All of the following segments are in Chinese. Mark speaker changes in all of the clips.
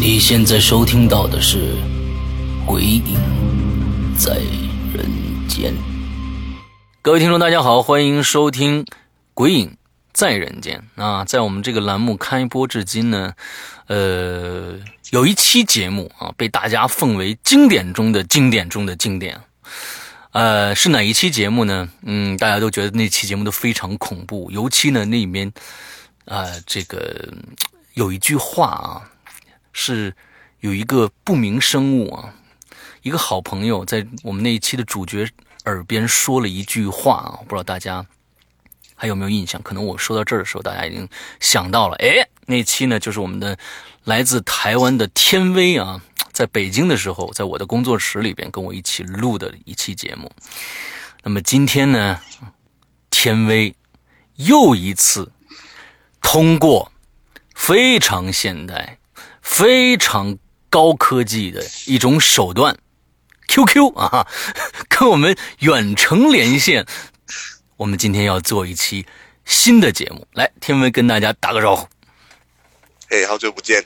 Speaker 1: 你现在收听到的是《鬼影在人间》。各位听众，大家好，欢迎收听《鬼影在人间》啊！在我们这个栏目开播至今呢，呃，有一期节目啊，被大家奉为经典中的经典中的经典。呃，是哪一期节目呢？嗯，大家都觉得那期节目都非常恐怖，尤其呢那里面啊、这个有一句话啊，是有一个不明生物啊，一个好朋友在我们那一期的主角耳边说了一句话啊，我不知道大家还有没有印象？可能我说到这儿的时候，大家已经想到了。哎，那期呢，就是我们的来自台湾的天威啊，在北京的时候，在我的工作室里边跟我一起录的一期节目。那么今天呢，天威又一次通过非常现代、非常高科技的一种手段，QQ 啊， 跟我们远程连线。我们今天要做一期新的节目，来，天威跟大家打个招呼。
Speaker 2: 嘿，好久不见，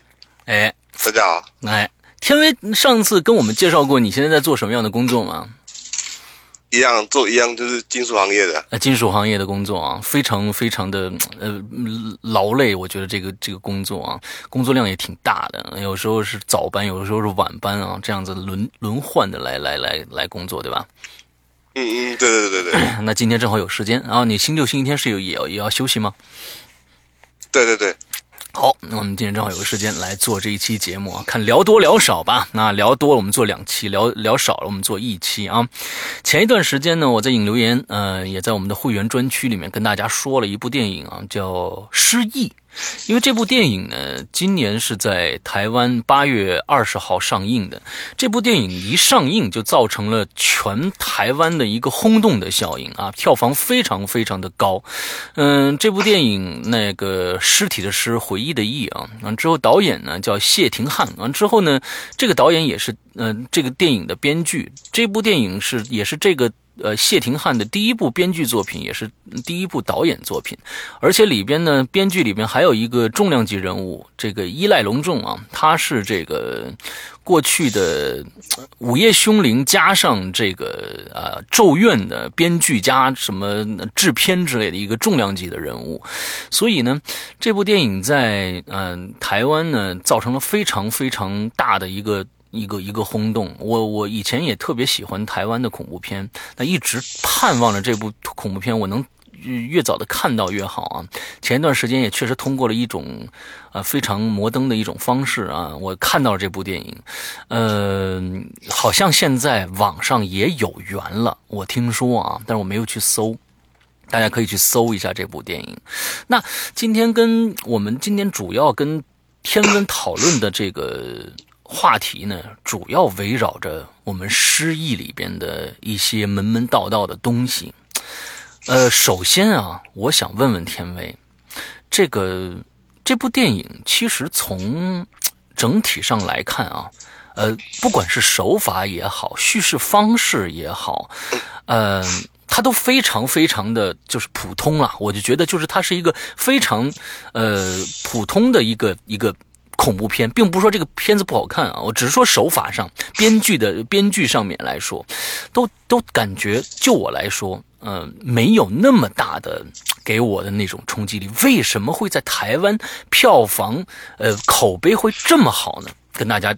Speaker 1: 哎，
Speaker 2: 大家好。
Speaker 1: 来，天威上次跟我们介绍过你现在在做什么样的工作吗？
Speaker 2: 一样做一样就是金属行业的，
Speaker 1: 呃，金属行业的工作啊，非常非常的呃劳累，我觉得这个这个工作啊，工作量也挺大的，有时候是早班，有时候是晚班啊，这样子轮轮换的来来来来工作，对吧？
Speaker 2: 嗯嗯，对对对对对
Speaker 1: 那今天正好有时间啊，你星期六、星期天是有也要也要休息吗？
Speaker 2: 对对对，
Speaker 1: 好，那我们今天正好有个时间来做这一期节目啊，看聊多聊少吧。那聊多了我们做两期，聊聊少了我们做一期啊。前一段时间呢，我在引流言，呃，也在我们的会员专区里面跟大家说了一部电影啊，叫《失忆》。因为这部电影呢，今年是在台湾八月二十号上映的。这部电影一上映就造成了全台湾的一个轰动的效应啊，票房非常非常的高。嗯，这部电影那个尸体的尸，回忆的忆啊，完之后导演呢叫谢廷汉，完之后呢，这个导演也是嗯、呃这个电影的编剧。这部电影是也是这个。呃，谢廷汉的第一部编剧作品，也是第一部导演作品，而且里边呢，编剧里边还有一个重量级人物，这个依赖隆重啊，他是这个过去的呃《午夜凶铃》加上这个呃《咒怨》的编剧加什么制片之类的一个重量级的人物，所以呢，这部电影在嗯、呃台湾呢造成了非常非常大的一个。一个一个轰动，我我以前也特别喜欢台湾的恐怖片，那一直盼望着这部恐怖片我能呃越早的看到越好啊。前一段时间也确实通过了一种呃非常摩登的一种方式啊，我看到了这部电影，呃，好像现在网上也有缘了，我听说啊，但是我没有去搜。大家可以去搜一下这部电影。那今天跟我们今天主要跟天文讨论的这个话题呢，主要围绕着我们诗意里边的一些门门道道的东西。呃，首先啊，我想问问天威，这个这部电影其实从整体上来看啊，呃，不管是手法也好，叙事方式也好，呃，它都非常非常的就是普通了。我就觉得就是它是一个非常呃普通的一个一个恐怖片，并不是说这个片子不好看啊，我只是说手法上、编剧的编剧上面来说，都都感觉就我来说，嗯、没有那么大的给我的那种冲击力。为什么会在台湾票房呃口碑会这么好呢？跟大家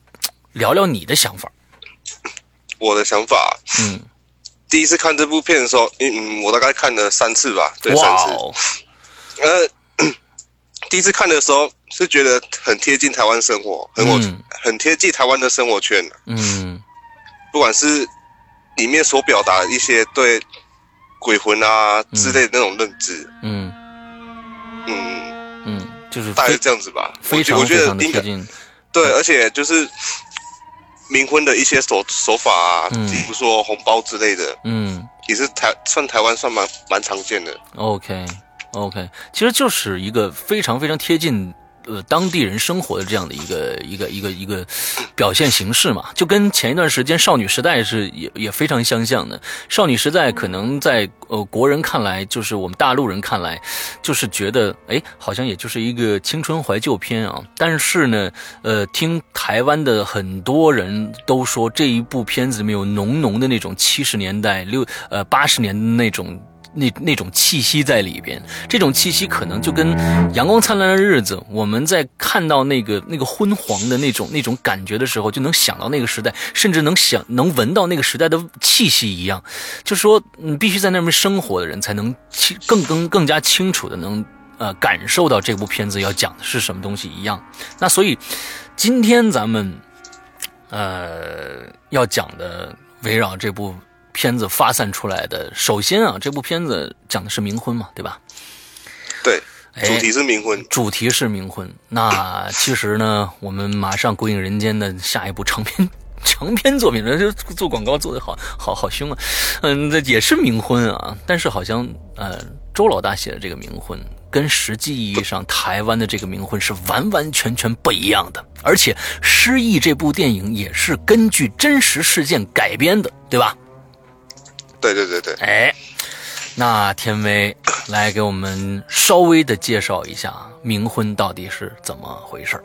Speaker 1: 聊聊你的想法。
Speaker 2: 我的想法，
Speaker 1: 嗯，
Speaker 2: 第一次看这部片
Speaker 1: 哦
Speaker 2: 的时候，嗯嗯，我大概看了三次吧，对，
Speaker 1: 哇
Speaker 2: 三次。
Speaker 1: 哦，
Speaker 2: 呃，第一次看的时候是觉得很贴近台湾生活，很我、
Speaker 1: 嗯
Speaker 2: 很贴近台湾的生活圈、啊，
Speaker 1: 嗯
Speaker 2: 不管是里面所表达的一些对鬼魂啊之类的那种认知，
Speaker 1: 嗯
Speaker 2: 嗯，
Speaker 1: 嗯，就是
Speaker 2: 大概是
Speaker 1: 非
Speaker 2: 这样子吧。
Speaker 1: 非
Speaker 2: 我
Speaker 1: 常非
Speaker 2: 觉得我
Speaker 1: 常的
Speaker 2: 觉得
Speaker 1: 贴
Speaker 2: 应该
Speaker 1: 近，
Speaker 2: 对，而且就是冥婚的一些手手法啊，
Speaker 1: 嗯
Speaker 2: 比如说红包之类的，
Speaker 1: 嗯。
Speaker 2: 也是台算台湾算蛮蛮常见的。
Speaker 1: OK OK，其实就是一个非常非常贴近呃当地人生活的这样的一个一个一个一个表现形式嘛，就跟前一段时间少女时代是也也非常相像的。少女时代可能在呃国人看来，就是我们大陆人看来，就是觉得哎好像也就是一个青春怀旧片啊，但是呢，呃，听台湾的很多人都说这一部片子里面有浓浓的那种七十年代六呃八十年的那种。那那种气息在里边，这种气息可能就跟《阳光灿烂的日子》，我们在看到那个那个昏黄的那种那种感觉的时候，就能想到那个时代，甚至能想能闻到那个时代的气息一样。就说你必须在那边生活的人，才能清更更更加清楚的能呃感受到这部片子要讲的是什么东西一样。那所以今天咱们呃要讲的围绕这部片子发散出来的，首先啊，这部片子讲的是冥婚嘛，对吧？
Speaker 2: 对，
Speaker 1: 哎
Speaker 2: 主题是冥婚，
Speaker 1: 主题是冥婚。那其实呢，我们马上《鬼影人间》的下一部长篇 长篇作品，人家做广告做的好好好凶啊，嗯，这也是冥婚啊，但是好像呃，周老大写的这个冥婚。跟实际意义上台湾的这个冥婚是完完全全不一样的，而且《失忆》这部电影也是根据真实事件改编的，对吧？
Speaker 2: 对对对对，
Speaker 1: 哎，那天威来给我们稍微的介绍一下冥婚到底是怎么回事儿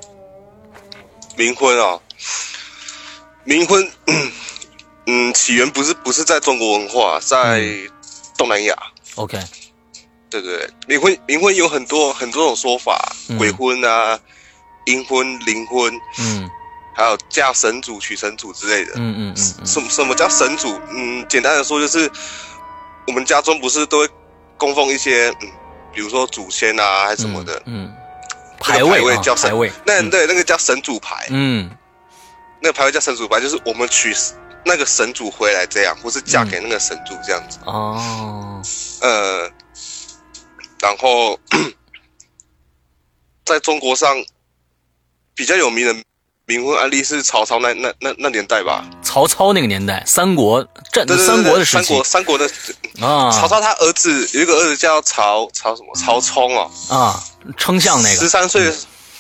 Speaker 2: 冥婚啊、冥婚，嗯，起源不是不是在中国文化，在
Speaker 1: 嗯
Speaker 2: 东南亚。
Speaker 1: ？OK，
Speaker 2: 对对对，冥婚冥婚有很多很多种说法，
Speaker 1: 嗯
Speaker 2: 鬼婚啊、阴婚、灵婚，
Speaker 1: 嗯
Speaker 2: 还有嫁神主、娶神主之类的。
Speaker 1: 嗯嗯嗯
Speaker 2: 什么什么叫神主？嗯，简单的说就是，我们家中不是都会供奉一些，嗯，比如说祖先啊，还
Speaker 1: 嗯，
Speaker 2: 是什么的。
Speaker 1: 嗯，
Speaker 2: 那
Speaker 1: 排
Speaker 2: 个
Speaker 1: 位啊
Speaker 2: 叫神
Speaker 1: 排位，
Speaker 2: 那
Speaker 1: 嗯
Speaker 2: 对那个叫神主牌，
Speaker 1: 嗯
Speaker 2: 那个牌位叫神主牌，就是我们娶那个神主回来这样，或是
Speaker 1: 嗯
Speaker 2: 嫁给那个神主这样子。
Speaker 1: 哦
Speaker 2: 呃，然后 在中国上比较有名的冥婚案例是曹操那那那那年代吧？
Speaker 1: 曹操那个年代，三国战
Speaker 2: 对对对
Speaker 1: 三国
Speaker 2: 对，
Speaker 1: 的时
Speaker 2: 三
Speaker 1: 期
Speaker 2: 国三国的
Speaker 1: 啊，
Speaker 2: 曹操他儿子有一个儿子叫曹曹什么曹冲哦，
Speaker 1: 啊称象那
Speaker 2: 十
Speaker 1: 个嗯
Speaker 2: 三岁，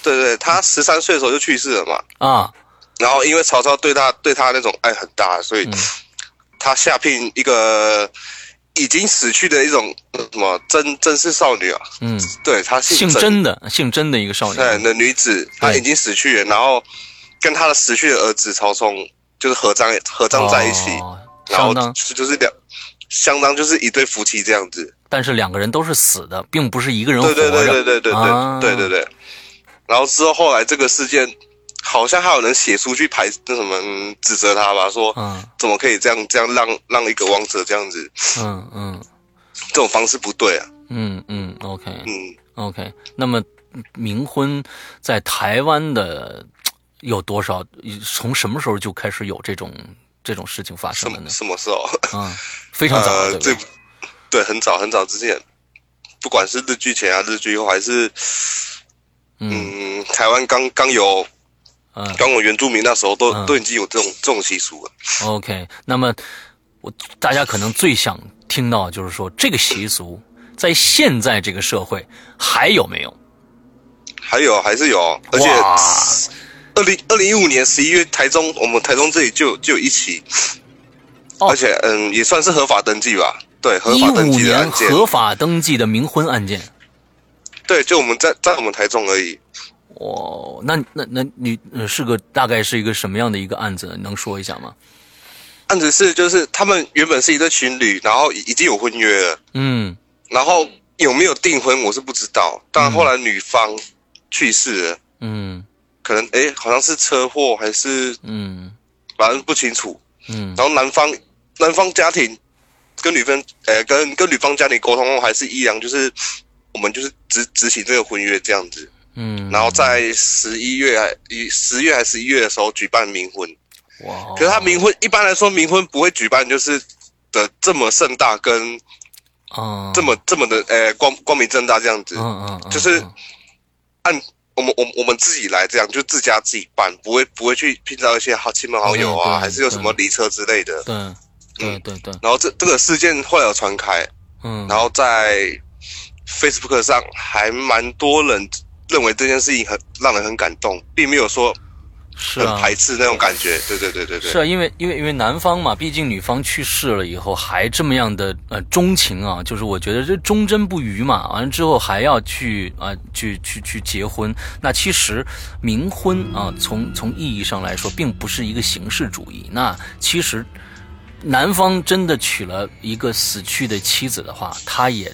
Speaker 2: 对对，他十三岁的时候就去世了嘛。
Speaker 1: 啊，
Speaker 2: 然后因为曹操对他对他那种爱很大，所以
Speaker 1: 嗯
Speaker 2: 他下聘一个已经死去的一种呃什么甄甄氏少女啊，
Speaker 1: 嗯，
Speaker 2: 对她
Speaker 1: 姓
Speaker 2: 姓甄
Speaker 1: 甄的姓甄的一个少
Speaker 2: 对
Speaker 1: 年，
Speaker 2: 的女子，她
Speaker 1: 对
Speaker 2: 已经死去了，然后跟他的死去的儿子曹冲就是合葬合葬在一起，
Speaker 1: 哦
Speaker 2: 然
Speaker 1: 相
Speaker 2: 后
Speaker 1: 当，
Speaker 2: 就是就是两相当就是一对夫妻这样子。
Speaker 1: 但是两个人都是死的，并不是一个人活
Speaker 2: 对
Speaker 1: 着。
Speaker 2: 对对对对对
Speaker 1: 啊
Speaker 2: 对对对对。然后之后后来这个事件，好像还有人写书去排那什么、嗯、指责他吧，说
Speaker 1: 嗯
Speaker 2: 怎么可以这样这样让让一个王者这样子，
Speaker 1: 嗯嗯
Speaker 2: 这种方式不对啊。
Speaker 1: 嗯嗯，OK
Speaker 2: 嗯，
Speaker 1: OK。那么冥婚在台湾的嘖有多少？从什么时候就开始有这种这种事情发
Speaker 2: 什
Speaker 1: 生了
Speaker 2: 么
Speaker 1: 呢？
Speaker 2: 什么时候？
Speaker 1: 啊，非常早，
Speaker 2: 呃，
Speaker 1: 对
Speaker 2: 这
Speaker 1: 不对？
Speaker 2: 对很早很早之前，不管是日剧前啊日剧后，还是
Speaker 1: 嗯
Speaker 2: 嗯台湾刚刚有
Speaker 1: 嗯
Speaker 2: 刚有原住民那时候都、
Speaker 1: 嗯
Speaker 2: 都已经有这种这种习俗了。
Speaker 1: ，OK。那么我大家可能最想听到就是说，这个习俗在现在这个社会还有没有？
Speaker 2: 还有还是有，而且
Speaker 1: 哇
Speaker 2: 二零二零一五年十一月，台中我们台中这里就就有一起，
Speaker 1: 哦
Speaker 2: 而且嗯也算是合法登记吧，对，合
Speaker 1: 一
Speaker 2: 法
Speaker 1: 五
Speaker 2: 登记的
Speaker 1: 年
Speaker 2: 案件，
Speaker 1: 合法登记的冥婚案件。
Speaker 2: 对，就我们在在我们台中而已。
Speaker 1: 哦，那那那你呃是个大概是一个什么样的一个案子？能说一下吗？
Speaker 2: 案子是就是他们原本是一对情侣，然后已已经有婚约了，
Speaker 1: 嗯
Speaker 2: 然后有没有订婚我是不知道，但后来女方去世了，
Speaker 1: 嗯
Speaker 2: 可能诶好像是车祸还是
Speaker 1: 嗯
Speaker 2: 反正不清楚，
Speaker 1: 嗯
Speaker 2: 然后男方男方家庭跟女方呃跟跟女方家庭沟通后，还是依然就是我们就是执执行这个婚约这样子。
Speaker 1: 嗯，
Speaker 2: 然后在十一月还一十月还是一月的时候举办冥婚，
Speaker 1: 哇，哦
Speaker 2: 可是他冥婚一般来说冥婚不会举办就是的这么盛大跟
Speaker 1: 嗯
Speaker 2: 这么这么的呃光光明正大这样子，
Speaker 1: 嗯嗯，嗯
Speaker 2: 就是
Speaker 1: 嗯
Speaker 2: 按我们我们我们自己来这样，就自家自己办，不会不会去聘到一些好亲朋好友
Speaker 1: 哦对对
Speaker 2: 啊，还是有什么离车之类的。
Speaker 1: 对嗯对对对，
Speaker 2: 然后这这个事件后来有传开，
Speaker 1: 嗯，
Speaker 2: 嗯然后在 Facebook 上还蛮多人认为这件事情很让人很感动，并没有说
Speaker 1: 是
Speaker 2: 很
Speaker 1: 啊。
Speaker 2: 排斥那种感觉。对对对对
Speaker 1: 是
Speaker 2: 对，
Speaker 1: 啊，因为因为因为男方嘛，毕竟女方去世了以后还这么样的呃钟情啊，就是我觉得这忠贞不渝嘛，完了之后还要去啊、去去去结婚。那其实冥婚啊，从从意义上来说，并不是一个形式主义。那其实男方真的娶了一个死去的妻子的话，他也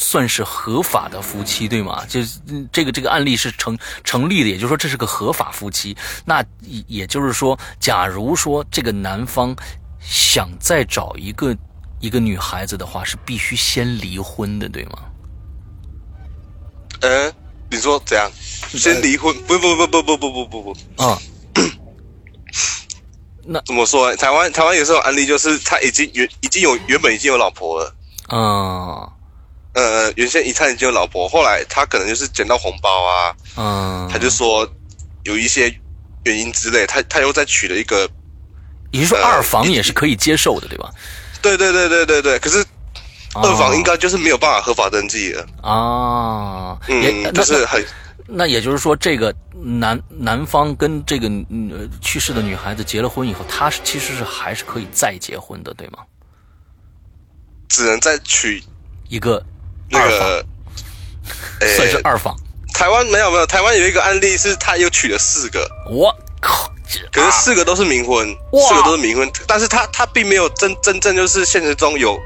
Speaker 1: 算是合法的夫妻，对吗？就是嗯这个这个案例是成成立的，也就是说这是个合法夫妻。那也也就是说，假如说这个男方想再找一个一个女孩子的话，是必须先离婚的，对吗？
Speaker 2: 呃，你说怎样？先离婚？不不不不不不不不不，
Speaker 1: 啊，
Speaker 2: 怎么说？台湾台湾有这种案例，就是他已经原已经有原本已经有老婆了。
Speaker 1: 嗯
Speaker 2: 呃，原先一看已经有老婆，后来他可能就是捡到红包啊，
Speaker 1: 嗯，
Speaker 2: 他就说有一些原因之类，他他又再娶了一个，
Speaker 1: 也就是说二房也是可以接受的，对吧？
Speaker 2: 对对对对对对，可是二房应该就是没有办法合法登记了，
Speaker 1: 啊，也
Speaker 2: 嗯
Speaker 1: 那，
Speaker 2: 就是很
Speaker 1: 那也就是说，这个男男方跟这个嗯呃去世的女孩子结了婚以后，他是其实是还是可以再结婚的，对吗？
Speaker 2: 只能再娶
Speaker 1: 一个
Speaker 2: 那
Speaker 1: 二房
Speaker 2: 个，呃
Speaker 1: 算是二房，
Speaker 2: 台湾没有没有，台湾有一个案例是他又娶了四个，
Speaker 1: 我靠，这
Speaker 2: 可是四个都是冥婚，
Speaker 1: 啊哇
Speaker 2: 四个都是冥婚，但是他他并没有真真正就是现实中有，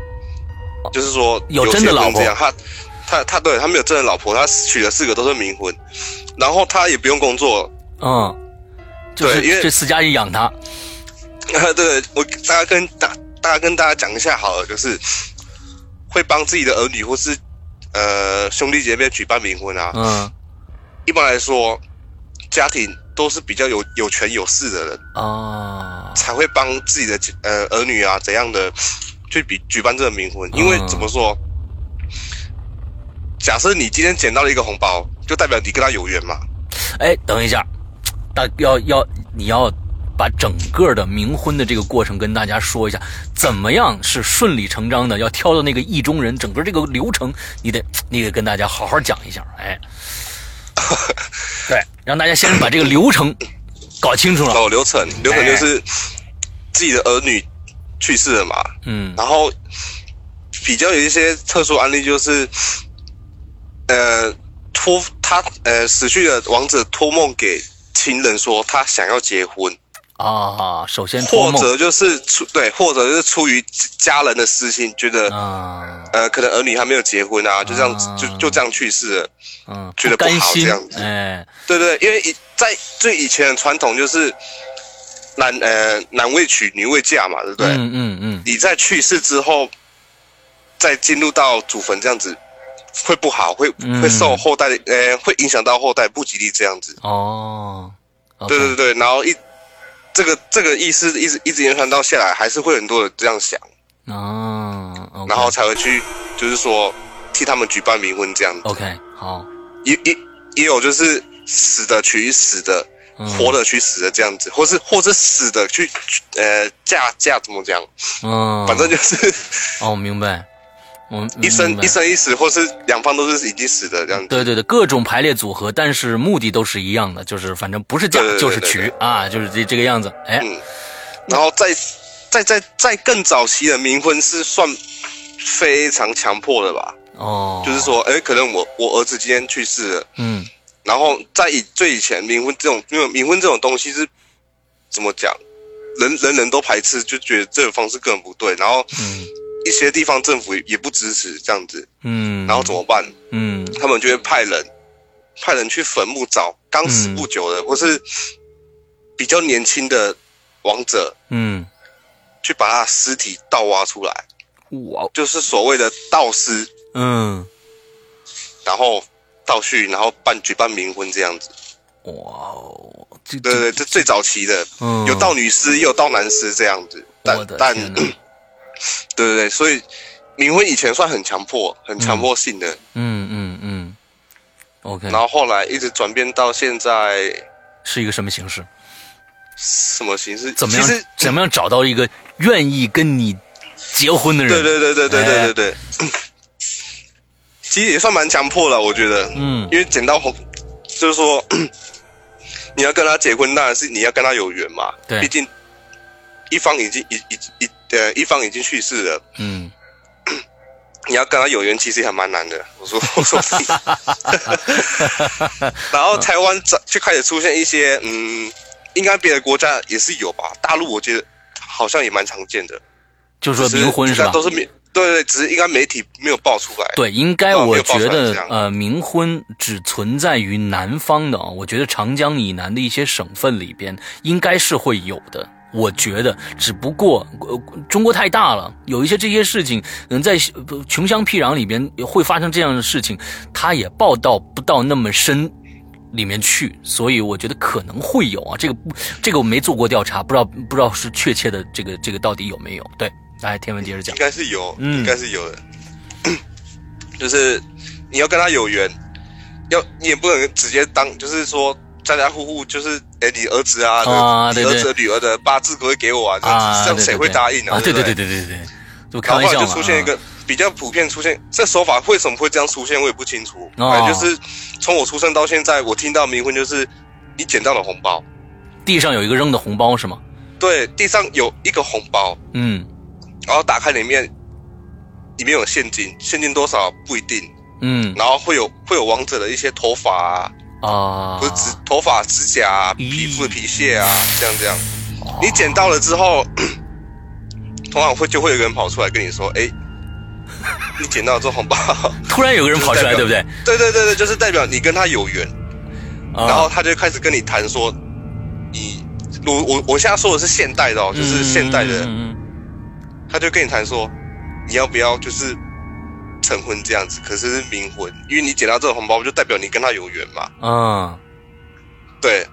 Speaker 2: 就是说
Speaker 1: 有真的
Speaker 2: 结婚
Speaker 1: 老婆
Speaker 2: 这样，他他他对他没有真的老婆，他娶了四个都是冥婚，然后他也不用工作，
Speaker 1: 嗯，就
Speaker 2: 对因
Speaker 1: 是
Speaker 2: 为
Speaker 1: 这私家人养他，
Speaker 2: 对我大家跟大大家跟大家讲一下好了，就是会帮自己的儿女或是呃兄弟姐妹举办冥婚啊，
Speaker 1: 嗯
Speaker 2: 一般来说家庭都是比较有有权有势的人。
Speaker 1: 啊，
Speaker 2: 才会帮自己的呃儿女啊怎样的去比举办这个冥婚，因为
Speaker 1: 嗯
Speaker 2: 怎么说？假设你今天捡到了一个红包，就代表你跟他有缘嘛。
Speaker 1: 哎，等一下，大要要你要把整个的冥婚的这个过程跟大家说一下，怎么样是顺理成章的，要挑到那个意中人，整个这个流程你得你得跟大家好好讲一下， 哎，对，让大家先把这个流程搞清楚
Speaker 2: 然
Speaker 1: 了，
Speaker 2: 后流程，流程就是自己的儿女去世了嘛，
Speaker 1: 哎嗯
Speaker 2: 然后比较有一些特殊案例就是，呃，托他呃死去的王子托梦给亲人说他想要结婚，
Speaker 1: 啊，首先托
Speaker 2: 或
Speaker 1: 梦
Speaker 2: 者就是出对，或者就是出于家人的私心，觉得
Speaker 1: 啊，
Speaker 2: 呃，可能儿女还没有结婚啊，就这样、
Speaker 1: 啊
Speaker 2: 就就这样去世了。
Speaker 1: 嗯，
Speaker 2: 觉得不好
Speaker 1: 甘心
Speaker 2: 这样，子
Speaker 1: 哎，
Speaker 2: 对对，因为以在最以前的传统就是男呃男未娶女未嫁嘛，对不对？
Speaker 1: 嗯嗯嗯，
Speaker 2: 你在去世之后，再进入到祖坟这样子，会不好，会
Speaker 1: 嗯
Speaker 2: 会受后代的呃会影响到后代不吉利这样子。
Speaker 1: 哦，
Speaker 2: 对对对，然后一这个这个意思一直一直延传到下来，还是会很多人这样想，
Speaker 1: 对，啊，OK，
Speaker 2: 然后才会去就是说替他们举办冥婚这样子。
Speaker 1: OK 好，
Speaker 2: 也也也有就是死的娶死的，
Speaker 1: 嗯
Speaker 2: 活的娶死的这样子，或是或是死的去呃嫁嫁怎么讲，
Speaker 1: 嗯，
Speaker 2: 反正就是
Speaker 1: 哦，我明白，我
Speaker 2: 一生
Speaker 1: 嗯明白
Speaker 2: 一生一死，或是两方都是已经死的这样子。
Speaker 1: 对对对，各种排列组合，但是目的都是一样的，就是反正不是嫁
Speaker 2: 对对对
Speaker 1: 就是
Speaker 2: 对
Speaker 1: 娶啊，就是这这个样子。哎，
Speaker 2: 嗯然后再再再再更早期的冥婚是算非常强迫的吧，
Speaker 1: 哦，
Speaker 2: 就是，说，哎，可能我我儿子今天去世了，
Speaker 1: 嗯
Speaker 2: 然后在以最以前冥婚这种，因为冥婚这种东西是怎么讲，人人人都排斥，就觉得这个方式根本不对，然后
Speaker 1: 嗯
Speaker 2: 一些地方政府也不支持这样子，
Speaker 1: 嗯，
Speaker 2: 然后怎么办？
Speaker 1: 嗯
Speaker 2: 他们就会派人派人去坟墓找刚死不久
Speaker 1: 嗯
Speaker 2: 的，或是比较年轻的王者，
Speaker 1: 嗯，
Speaker 2: 去把他的尸体盗挖出来，
Speaker 1: 我
Speaker 2: 就是所谓的盗尸。
Speaker 1: 嗯
Speaker 2: 然后盗续，然后办举办冥婚这样子。
Speaker 1: 哇哦，这
Speaker 2: 对对，这最早期的，
Speaker 1: 嗯
Speaker 2: 有盗女尸，也有盗男尸这样子。但
Speaker 1: 我的
Speaker 2: 但
Speaker 1: 天哪
Speaker 2: 对 对对，所以冥婚以前算很强迫、很强迫性的，
Speaker 1: 嗯嗯嗯，OK，
Speaker 2: 然后后来一直转变到现在
Speaker 1: 是一个什么形式？
Speaker 2: 什么形式？
Speaker 1: 怎么样
Speaker 2: 其实？
Speaker 1: 怎么样找到一个愿意跟你结婚的人？
Speaker 2: 对对对对对
Speaker 1: 哎
Speaker 2: 对对 对，其实也算蛮强迫了，我觉得，
Speaker 1: 嗯
Speaker 2: 因为捡到红，就是说 你要跟他结婚，当然是你要跟他有缘嘛，
Speaker 1: 对
Speaker 2: 毕竟一方已经一一一呃一方已经去世了，
Speaker 1: 嗯，
Speaker 2: 你要跟他有缘，其实还蛮难 的。我说我说真的，然后台湾早就开始出现一些，嗯，应该别的国家也是有吧，大陆我觉得好像也蛮常见的。
Speaker 1: 就是说
Speaker 2: 只是
Speaker 1: 冥婚是
Speaker 2: 但
Speaker 1: 吧？
Speaker 2: 都是媒，对对，只是应该媒体没有爆出来。
Speaker 1: 对，应该
Speaker 2: 哦没
Speaker 1: 我
Speaker 2: 有爆
Speaker 1: 觉
Speaker 2: 出来
Speaker 1: 得
Speaker 2: 这样
Speaker 1: 呃，冥婚只存在于南方的啊、我觉得长江以南的一些省份里边应该是会有的。我觉得，只不过、呃、中国太大了，有一些这些事情，嗯，在呃穷乡僻壤里边会发生这样的事情，它也报道不到那么深里面去，所以我觉得可能会有啊。这个不，这个我没做过调查，不知道不知道是确切的这个这个到底有没有。对，来，天文接着讲
Speaker 2: 应。该是有，
Speaker 1: 嗯
Speaker 2: 应该是有的。 就是你要跟他有缘，要你也不能直接当，就是说家家户户就是，哎、你儿子啊，
Speaker 1: 啊
Speaker 2: 你
Speaker 1: 对
Speaker 2: 儿
Speaker 1: 对
Speaker 2: 子女儿的八字可以给我啊，这样子
Speaker 1: 啊，
Speaker 2: 这样谁会答应
Speaker 1: 啊？
Speaker 2: 对
Speaker 1: 对
Speaker 2: 不
Speaker 1: 对对对对对，就开
Speaker 2: 然后
Speaker 1: 玩
Speaker 2: 后
Speaker 1: 笑
Speaker 2: 来
Speaker 1: 嘛。啊
Speaker 2: 就出现一个比较普遍出现，这手法为什么会这样出现，我也不清楚。
Speaker 1: 哦
Speaker 2: 反正就是从我出生到现在，我听到冥婚就是你捡到了红包，
Speaker 1: 啊地上有一个扔的红包是吗？
Speaker 2: 对，地上有一个红包，
Speaker 1: 嗯
Speaker 2: 然后打开里面，里面有现金，现金多少不一定，
Speaker 1: 嗯
Speaker 2: 然后会有会有王者的一些头发啊，
Speaker 1: 啊
Speaker 2: 不是指头发、指甲、啊、
Speaker 1: 咦
Speaker 2: 皮肤的皮屑啊，这样这样，
Speaker 1: 哦
Speaker 2: 你捡到了之后， 通常会就会有个人跑出来跟你说，哎，你捡到了这红包，
Speaker 1: 突然有个人跑出来，对不对？
Speaker 2: 对对对对，就是代表你跟他有缘，
Speaker 1: 啊
Speaker 2: 然后他就开始跟你谈说，你我我我现在说的是现代的哦，就是现代的。
Speaker 1: 嗯
Speaker 2: 他就跟你谈说，你要不要就是成婚这样子，可是是冥婚，因为你捡到这个红包，就代表你跟他有缘嘛。
Speaker 1: 啊，
Speaker 2: 对，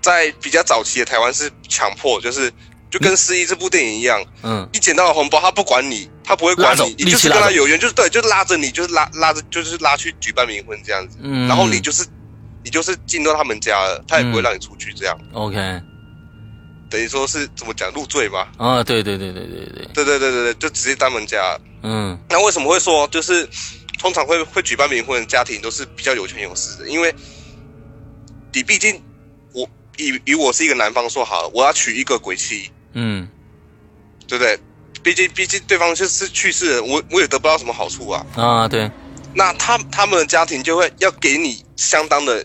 Speaker 2: 在比较早期的台湾是强迫，就是就跟《失忆》这部电影一样，
Speaker 1: 嗯
Speaker 2: 你捡到了红包，他不管你，他不会管
Speaker 1: 拉走
Speaker 2: 你，你
Speaker 1: 立
Speaker 2: 就
Speaker 1: 即
Speaker 2: 是
Speaker 1: 拉
Speaker 2: 跟他
Speaker 1: 走
Speaker 2: 有缘，就是对，就是拉着你，就是拉拉着，就是拉去举办冥婚这样子，
Speaker 1: 嗯，
Speaker 2: 然后你就是你就是进到他们家了，他也不会
Speaker 1: 嗯
Speaker 2: 让你出去这样，
Speaker 1: OK
Speaker 2: 等于说是怎么讲入赘嘛。
Speaker 1: 啊，对对对对对对，
Speaker 2: 对对对对对，就直接当他们家了。
Speaker 1: 嗯
Speaker 2: 那为什么会说就是通常会会举办冥婚的家庭都是比较有权有势的？因为你毕竟我以以我是一个男方说好了，我要娶一个鬼妻，
Speaker 1: 嗯
Speaker 2: 对不对？毕竟毕竟对方就是去世的人，我我也得不到什么好处啊。
Speaker 1: 啊，对，
Speaker 2: 那他他们的家庭就会要给你相当的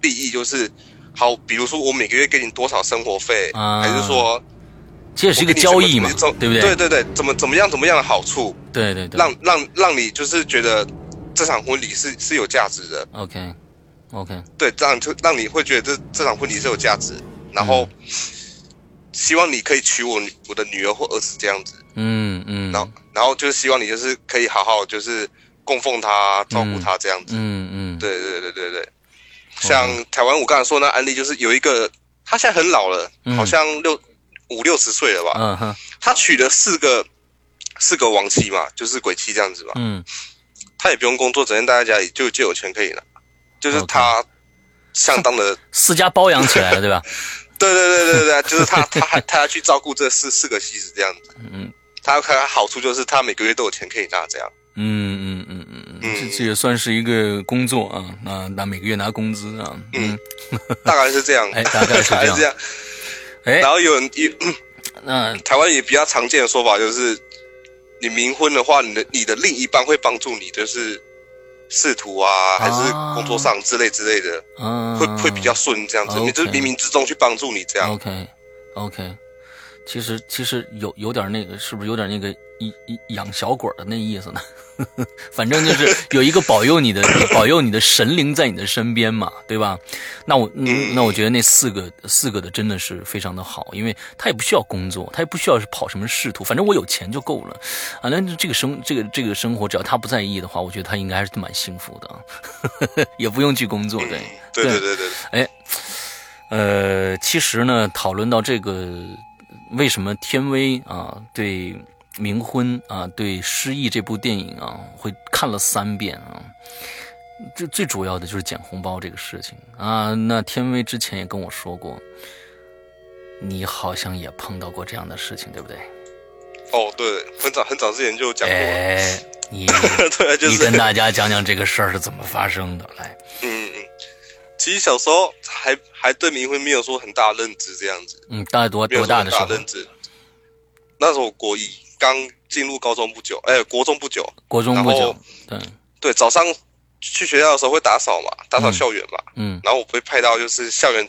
Speaker 2: 利益，就是好，比如说我每个月给你多少生活费，
Speaker 1: 啊
Speaker 2: 还是说
Speaker 1: 这也
Speaker 2: 我
Speaker 1: 是一
Speaker 2: 给
Speaker 1: 个
Speaker 2: 你什么
Speaker 1: 交易嘛
Speaker 2: 怎么，
Speaker 1: 对不
Speaker 2: 对？对对，怎么怎么样怎么样的好处，
Speaker 1: 对对对，
Speaker 2: 让让让你就是觉得这场婚礼是是有价值的，
Speaker 1: OK OK，
Speaker 2: 对，让就让你会觉得这这场婚礼是有价值，然后、
Speaker 1: 嗯
Speaker 2: 希望你可以娶我女我的女儿或儿子这样子，
Speaker 1: 嗯嗯，
Speaker 2: 然后、然后就是希望你就是可以好好就是供奉他、照顾他这样子，
Speaker 1: 嗯嗯，
Speaker 2: 对对对对对，像台湾我刚才说那案例就是有一个他现在很老了，
Speaker 1: 嗯
Speaker 2: 好像六五六十岁了吧，
Speaker 1: 嗯哼
Speaker 2: 他娶了四个四个亡妻嘛，就是鬼妻这样子嘛，
Speaker 1: 嗯
Speaker 2: 他也不用工作，整天待在家里就就有钱可以拿，就是他相当的，
Speaker 1: 私家包养起来了，对吧？
Speaker 2: 对对对对对，就是他他还他要去照顾这四四个妻子这样子，
Speaker 1: 嗯
Speaker 2: 他他好处就是他每个月都有钱可以拿这样，
Speaker 1: 嗯嗯嗯嗯嗯，
Speaker 2: 嗯
Speaker 1: 这这也算是一个工作啊，那那每个月拿工资啊，嗯，
Speaker 2: 大概是这样，
Speaker 1: 哎大概是这样
Speaker 2: 大这样，
Speaker 1: 哎
Speaker 2: 然，后有人有
Speaker 1: 那
Speaker 2: 台湾也比较常见的说法就是，你冥婚的话，你的你的另一半会帮助你，就是仕途啊，还是工作上之类之类的，
Speaker 1: 嗯，啊
Speaker 2: 会会比较顺这样子，
Speaker 1: OK 哦
Speaker 2: 你就是冥冥之中去帮助你这样，
Speaker 1: OK OK，其实其实有有点那个，是不是有点那个一一养小鬼的那意思呢？ 反正就是有一个保佑你的 保佑你的神灵在你的身边嘛，对吧？那我嗯那我觉得那四个四个的真的是非常的好，因为他也不需要工作，他也不需要是跑什么仕途，反正我有钱就够了。啊，那这个生这个这个生活，只要他不在意的话，我觉得他应该还是蛮幸福的 啊，也不用去工作，对。
Speaker 2: 对对对对，
Speaker 1: 哎，呃，其实呢，讨论到这个为什么天威啊对《冥婚》啊对《失忆》这部电影啊，会看了三遍啊。这最主要的就是捡红包这个事情啊。那天威之前也跟我说过，你好像也碰到过这样的事情，对不对？
Speaker 2: 哦对，很早很早之前就讲过了，
Speaker 1: 哎，你
Speaker 2: 对，就
Speaker 1: 你
Speaker 2: 是
Speaker 1: 跟大家讲讲这个事儿是怎么发生的，来。
Speaker 2: 嗯嗯，其实小时候还还对冥婚没有说很大认知这样子，
Speaker 1: 嗯，大概多
Speaker 2: 没
Speaker 1: 多
Speaker 2: 有说
Speaker 1: 大
Speaker 2: 很
Speaker 1: 的时候？
Speaker 2: 认知，那时候我国一刚进入高中不久，哎，国中不久，
Speaker 1: 国中不
Speaker 2: 然
Speaker 1: 久
Speaker 2: 后，
Speaker 1: 对，
Speaker 2: 对，早上去学校的时候会打扫嘛，打扫校园嘛，
Speaker 1: 嗯
Speaker 2: 然后我被派到就是校园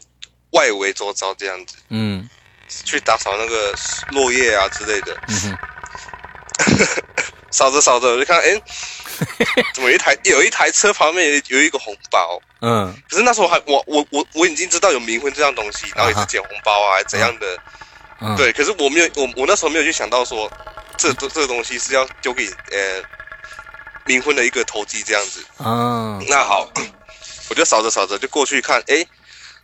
Speaker 2: 外围周遭这样子
Speaker 1: 嗯
Speaker 2: 去打扫那个落叶啊之类的，
Speaker 1: 嗯哼，
Speaker 2: 扫着扫着我就看，哎， 怎么有一台有一台车旁边有有一个红包，
Speaker 1: 嗯。
Speaker 2: 可是那时候还我我我我已经知道有冥婚这样东西，然后也
Speaker 1: 啊
Speaker 2: 是
Speaker 1: 哈
Speaker 2: 捡红包啊怎样的，
Speaker 1: 嗯，
Speaker 2: 对，可是我没有我我那时候没有去想到说这这这个东西是要丢给呃冥婚的一个投机这样子，
Speaker 1: 啊，
Speaker 2: 那好，我就扫着扫着就过去看，哎，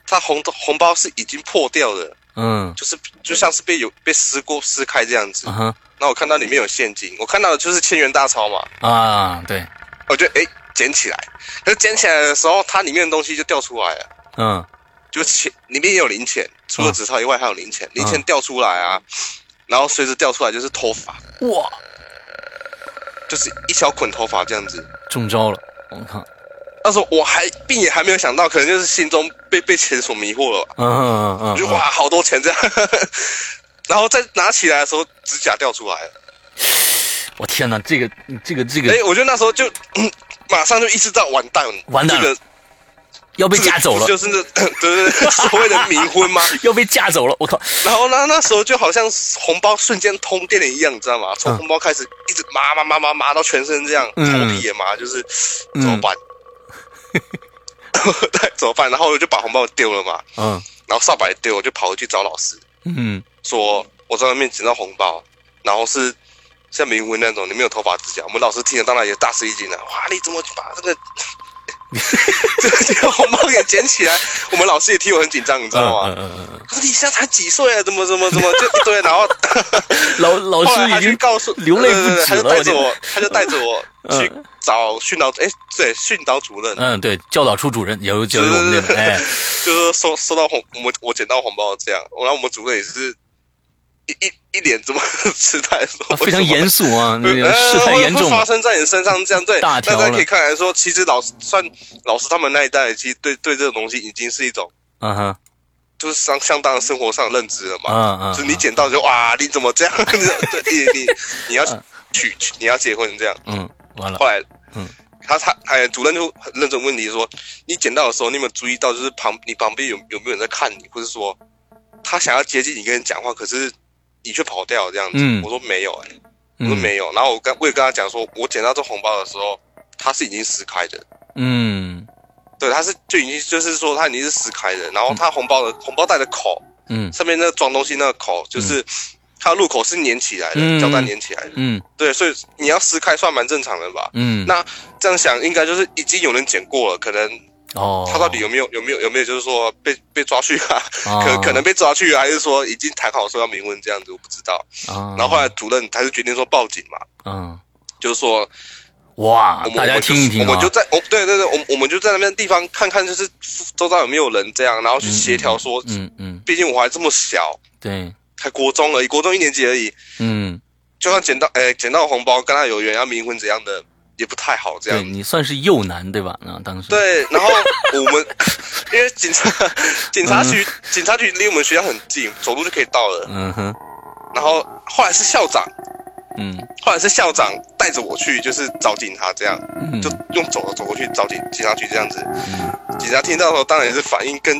Speaker 2: 他红红包是已经破掉的，
Speaker 1: 嗯，
Speaker 2: 就是就像是被有被撕过撕开这样子
Speaker 1: 啊。哈
Speaker 2: 那我看到里面有现金，我看到的就是千元大钞嘛，
Speaker 1: 啊，对，
Speaker 2: 我就哎捡起来，可是捡起来的时候，它里面的东西就掉出来了，
Speaker 1: 嗯
Speaker 2: 就钱里面也有零钱，除了
Speaker 1: 嗯
Speaker 2: 纸钞以外还有零钱，零钱
Speaker 1: 嗯
Speaker 2: 掉出来啊，然后随着掉出来就是头发，
Speaker 1: 哇，
Speaker 2: 就是一小捆头发这样子。
Speaker 1: 中招了，我靠，
Speaker 2: 那时候我还并也还没有想到，可能就是心中被被钱所迷惑了吧。
Speaker 1: 嗯嗯
Speaker 2: 我就
Speaker 1: 嗯，
Speaker 2: 哇，好多钱这样， 然后再拿起来的时候，指甲掉出来了。
Speaker 1: 我天哪，这个这个这
Speaker 2: 哎、
Speaker 1: 个
Speaker 2: 我觉得那时候就、 嗯马上就意识到完蛋，
Speaker 1: 完蛋了
Speaker 2: 这个
Speaker 1: 要被
Speaker 2: 这个
Speaker 1: 架走了，
Speaker 2: 就是 那对对对，所谓的冥婚 吗？
Speaker 1: 要被架走了，我靠，
Speaker 2: 然后呢，那时候就好像红包瞬间通电了一样，你知道吗？从
Speaker 1: 嗯
Speaker 2: 红包开始一直麻麻麻麻麻到全身这样，头
Speaker 1: 嗯
Speaker 2: 皮也麻，就是
Speaker 1: 嗯
Speaker 2: 怎么 办？ 对，怎么办？然后我就把红包丢了嘛，
Speaker 1: 嗯
Speaker 2: 然后扫把也丢，我就跑回去找老师。
Speaker 1: 嗯
Speaker 2: 说我在外面捡到红包，然后是像冥婚那种，你没有头发指甲。我们老师听了当然也大吃一惊了，哇，你怎么把 这个这个这个红包给捡起来？我们老师也替我很紧张，你知
Speaker 1: 嗯
Speaker 2: 道吗？
Speaker 1: 嗯嗯嗯，
Speaker 2: 他说你现在才几岁啊？怎么怎么怎么就一堆？然后
Speaker 1: 老嗯老
Speaker 2: 后来
Speaker 1: 师
Speaker 2: 他
Speaker 1: 已
Speaker 2: 就
Speaker 1: 经
Speaker 2: 告诉
Speaker 1: 流泪
Speaker 2: 对对
Speaker 1: 不
Speaker 2: 对
Speaker 1: 止了，
Speaker 2: 他就
Speaker 1: 我
Speaker 2: 带着
Speaker 1: 天
Speaker 2: 我，他就带着我
Speaker 1: 嗯
Speaker 2: 去找训导，哎，对，训导主任，
Speaker 1: 嗯，对，教导处主任也有教育我们这边，哎，
Speaker 2: 就是收收到红，我我捡到红包这样，然后我们主任也是一一一脸这么 痴呆地说，
Speaker 1: 非常
Speaker 2: 为什么
Speaker 1: 严肃 啊，那个
Speaker 2: 呃
Speaker 1: 事态
Speaker 2: 会
Speaker 1: 严重
Speaker 2: 会，发生在你身上这样对，
Speaker 1: 大
Speaker 2: 大
Speaker 1: 条了
Speaker 2: 家可以看来说，其实老师算老师他们那一代，其实对对这种东西已经是一种
Speaker 1: 嗯哼，
Speaker 2: 就是相相当的生活上的认知了嘛。
Speaker 1: 嗯嗯
Speaker 2: 就是你捡到就哇，你怎么这样？ 对你你你要
Speaker 1: 啊
Speaker 2: 娶娶你要结婚这样。
Speaker 1: 嗯，完了
Speaker 2: 后，来，
Speaker 1: 嗯
Speaker 2: 他他哎，主任就很认真问你说，你捡到的时候，你有没有注意到，就是旁你旁边有有没有人在看你，或者说他想要接近你跟人讲话，可是你却跑掉这样子？
Speaker 1: 嗯
Speaker 2: 我说没有、哎。我说
Speaker 1: 嗯
Speaker 2: 没有，然后我跟我也跟他讲说，我捡到这红包的时候，它是已经撕开的，
Speaker 1: 嗯
Speaker 2: 对，它是就已经就是说它已经是撕开的，然后它红包的、红包袋的口
Speaker 1: 嗯
Speaker 2: 上面那个装东西那个口，就是、它的入口是粘起来
Speaker 1: 嗯
Speaker 2: 的，胶带粘起来的，
Speaker 1: 嗯
Speaker 2: 对，所以你要撕开算蛮正常的吧？
Speaker 1: 嗯，
Speaker 2: 那这样想应该就是已经有人捡过了，可能
Speaker 1: 哦，
Speaker 2: 他到底有没有有没有有没有就是说被被抓去啊，
Speaker 1: 啊
Speaker 2: 可可能被抓去啊，还是说已经谈好说要明问这样子，我不知道。
Speaker 1: 啊，
Speaker 2: 然后后来主任他就决定说报警嘛，
Speaker 1: 嗯，
Speaker 2: 就是说
Speaker 1: 哇
Speaker 2: 我，们
Speaker 1: 大家听一听啊，
Speaker 2: 我们就在我对对对，我们我们就在那边地方看看，就是周遭有没有人这样，然后去协调说，
Speaker 1: 嗯嗯，
Speaker 2: 毕竟我还这么小，
Speaker 1: 对，
Speaker 2: 才国中而已，国中一年级而已，
Speaker 1: 嗯，
Speaker 2: 就算捡到哎捡到红包跟他有缘，要冥婚怎样的也不太好这
Speaker 1: 对
Speaker 2: 样。
Speaker 1: 你算是幼男对吧？啊，当时，
Speaker 2: 对，然后我们因为警察警察局警察局离我们学校很近，走路就可以到了。
Speaker 1: 嗯哼，
Speaker 2: 然后后来是校长，
Speaker 1: 嗯
Speaker 2: 后来是校长带着我去，就是找警察这样，
Speaker 1: 嗯，
Speaker 2: 就用走的走过去找警警察局这样子。
Speaker 1: 嗯
Speaker 2: 警察听到的时候，当然也是反应跟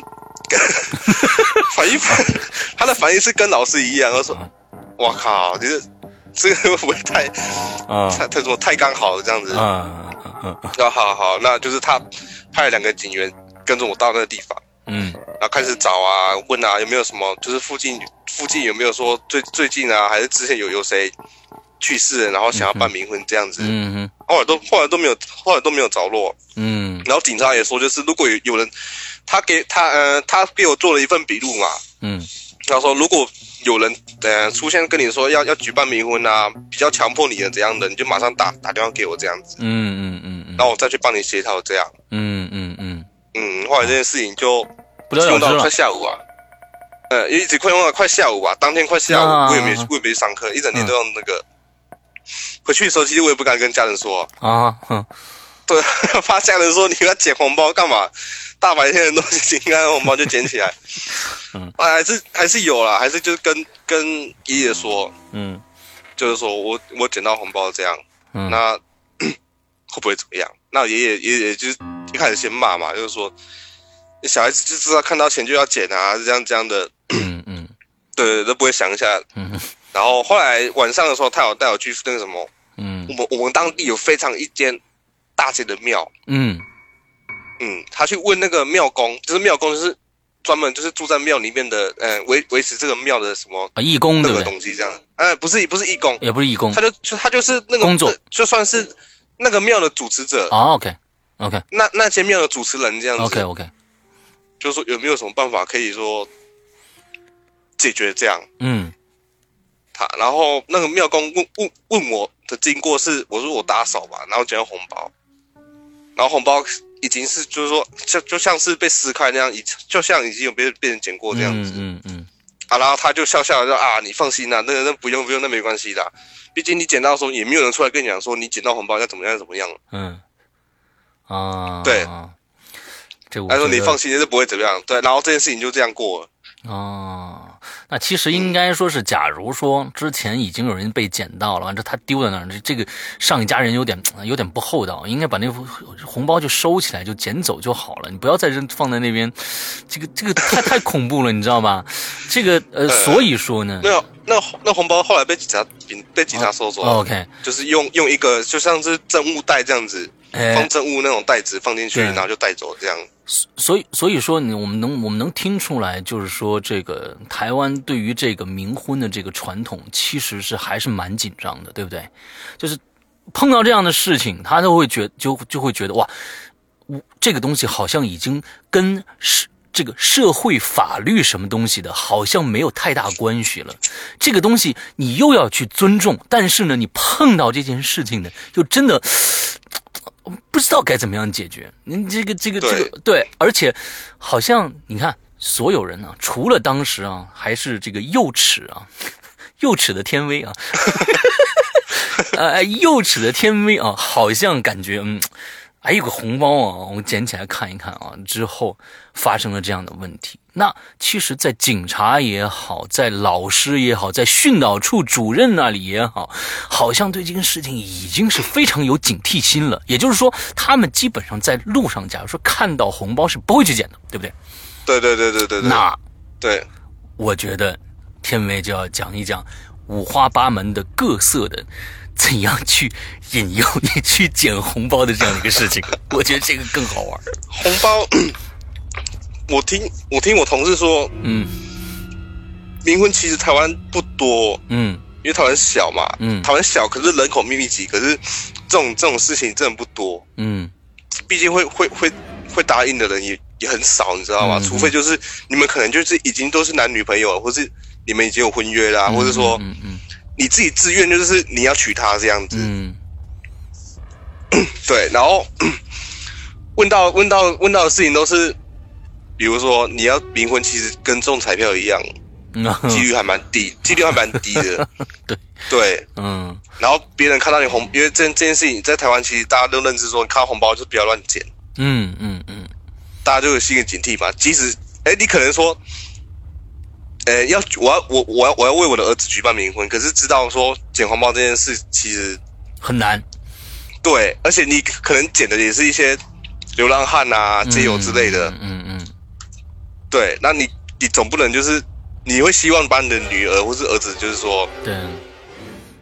Speaker 2: 跟 反应， 他的反应是跟老师一样，他说：“
Speaker 1: 嗯
Speaker 2: 我靠，你这这个会不会太
Speaker 1: 啊
Speaker 2: 太太什么太刚好了这样子？”
Speaker 1: 啊啊啊
Speaker 2: 那好好，那就是他派了两个警员跟着我到那个地方，
Speaker 1: 嗯
Speaker 2: 然后开始找啊，问啊有没有什么，就是附近附近有没有说最最近啊，还是之前有有谁去世了，然后想要办冥婚这样子。
Speaker 1: 嗯
Speaker 2: 后来都后来都没有，后来都没有着落。
Speaker 1: 嗯
Speaker 2: 然后警察也说，就是如果有有人，呃他给他呃，他给我做了一份笔录嘛，
Speaker 1: 嗯
Speaker 2: 他说如果有人呃出现跟你说要要举办冥婚啊，比较强迫你的怎样的，你就马上打打电话给我这样子，
Speaker 1: 嗯嗯
Speaker 2: 然后我再去帮你协调这样。
Speaker 1: 嗯嗯嗯，
Speaker 2: 嗯，后来这件事情就
Speaker 1: 不了
Speaker 2: 用
Speaker 1: 了之
Speaker 2: 到快
Speaker 1: 了。
Speaker 2: 下午啊，呃，一直快用到快下午啊，当天快下午，
Speaker 1: 啊
Speaker 2: 我也没我也没上课，一整天都用那个。回去的时候，其实我也不敢跟家人说、
Speaker 1: 啊，哼，
Speaker 2: 对， 怕家人说你要捡红包干嘛？大白天的东西，应该红包就捡起来。
Speaker 1: 嗯
Speaker 2: 啊，还是还是有啦，还是就是跟跟爷爷说，
Speaker 1: 嗯
Speaker 2: 就是说我我捡到红包这样，
Speaker 1: 嗯，
Speaker 2: 那 会不会怎么样？那爷爷爷爷就是一开始先骂嘛，就是说你小孩子就知道看到钱就要捡啊，这样这样的，
Speaker 1: 嗯嗯
Speaker 2: 对对，对都不会想一下。
Speaker 1: 嗯
Speaker 2: 然后后来晚上的时候，他有带我去那个什么，我
Speaker 1: 嗯
Speaker 2: 们我们当地有非常一间大间的庙，
Speaker 1: 嗯
Speaker 2: 嗯，他去问那个庙公，就是庙公就是专门就是住在庙里面的，嗯、维维持这个庙的什么
Speaker 1: 啊，义工
Speaker 2: 那
Speaker 1: 对不
Speaker 2: 个
Speaker 1: 对？
Speaker 2: 东西这样，哎、不是不是义工，
Speaker 1: 也不是义工
Speaker 2: 他就就他就是那个
Speaker 1: 工作，
Speaker 2: 就算是那个庙的主持者，
Speaker 1: 啊，OK OK
Speaker 2: 那那间庙的主持人这样子
Speaker 1: OK OK，
Speaker 2: 就是说有没有什么办法可以说解决这样？
Speaker 1: 嗯
Speaker 2: 他，然后那个庙公问问问我的经过是，我说我打扫吧，然后捡到红包，然后红包已经是就是说就就像是被撕开那样，已就像已经有被被人捡过这样子、
Speaker 1: 嗯嗯
Speaker 2: 啊，然后他就笑笑地说啊，你放心啦、那个那不用不用，那没关系的，毕竟你捡到的时候也没有人出来跟你讲说你捡到红包要怎么样怎么样，
Speaker 1: 嗯嗯啊，，这我
Speaker 2: 他说你放心，这不会怎么样，对，然后这件事情就这样过了，
Speaker 1: 哦，那其实应该说是，假如说之前已经有人被捡到了，完之后他丢在那儿，这这个上一家人有点有点不厚道，应该把那个红包就收起来，就捡走就好了，你不要再扔放在那边，这个这个太太恐怖了，你知道吧？这个呃，所以说呢
Speaker 2: 那那那红包后来被警察被被警察收走了，
Speaker 1: ，OK，
Speaker 2: 就是用用一个就像是证物袋这样子。
Speaker 1: 哎
Speaker 2: 放，证物那种袋子放进去，
Speaker 1: 对
Speaker 2: 然后就带走这样。
Speaker 1: 所以所以说你我们能我们能听出来，就是说这个台湾对于这个冥婚的这个传统，其实是还是蛮紧张的，对不对？就是碰到这样的事情，他都会觉就就会觉得哇，我这个东西好像已经跟社这个社会法律什么东西的，好像没有太大关系了。这个东西你又要去尊重，但是呢，你碰到这件事情呢，就真的不知道该怎么样解决。您这个这个这
Speaker 2: 对
Speaker 1: 个对，而且好像你看，所有人啊，除了当时啊，还是这个幼齿啊，幼齿的天威啊， 呃，幼齿的天威啊，好像感觉嗯，哎，有个红包啊，我捡起来看一看啊。之后发生了这样的问题，那其实，在警察也好，在老师也好，在训导处主任那里也好，好像对这件事情已经是非常有警惕心了。也就是说，他们基本上在路上，假如说看到红包是不会去捡的，对不对？
Speaker 2: 对对对对对对，
Speaker 1: 那
Speaker 2: 对
Speaker 1: 我觉得天威就要讲一讲五花八门的各色的。怎样去引诱你去捡红包的这样的一个事情？我觉得这个更好玩。
Speaker 2: 红包，我听我听我同事说，
Speaker 1: 嗯
Speaker 2: 冥婚其实台湾不多，
Speaker 1: 嗯
Speaker 2: 因为台湾小嘛，
Speaker 1: 嗯
Speaker 2: 台湾小，可是人口密集，可是这种这种事情真的不多，
Speaker 1: 嗯
Speaker 2: 毕竟会会会会答应的人也也很少，你知道吗？
Speaker 1: 嗯嗯
Speaker 2: 除非就是你们可能就是已经都是男女朋友了，或是你们已经有婚约啦，或者说
Speaker 1: 嗯嗯
Speaker 2: 你自己自愿就是你要娶她这样子，
Speaker 1: 嗯
Speaker 2: 对，然后 问到问到问到的事情都是，比如说你要冥婚，其实跟中彩票一样，
Speaker 1: 嗯。
Speaker 2: 几率还蛮低，几率还蛮低的
Speaker 1: 对
Speaker 2: 对，
Speaker 1: 嗯
Speaker 2: 然后别人看到你红，因为这这件事情在台湾其实大家都认知说，你看到红包就不要乱捡，
Speaker 1: 嗯嗯嗯
Speaker 2: 大家就有心理警惕嘛。即使哎，你可能说。呃，要我要我我要我要为我的儿子举办冥婚，可是知道说捡红包这件事，其实
Speaker 1: 很难。
Speaker 2: 对，而且你可能捡的也
Speaker 1: 嗯
Speaker 2: 是一些流浪汉啊、街友之类的，
Speaker 1: 嗯嗯
Speaker 2: 对，那你你总不能就是你会希望把你的女儿或是儿子，就是说
Speaker 1: 对，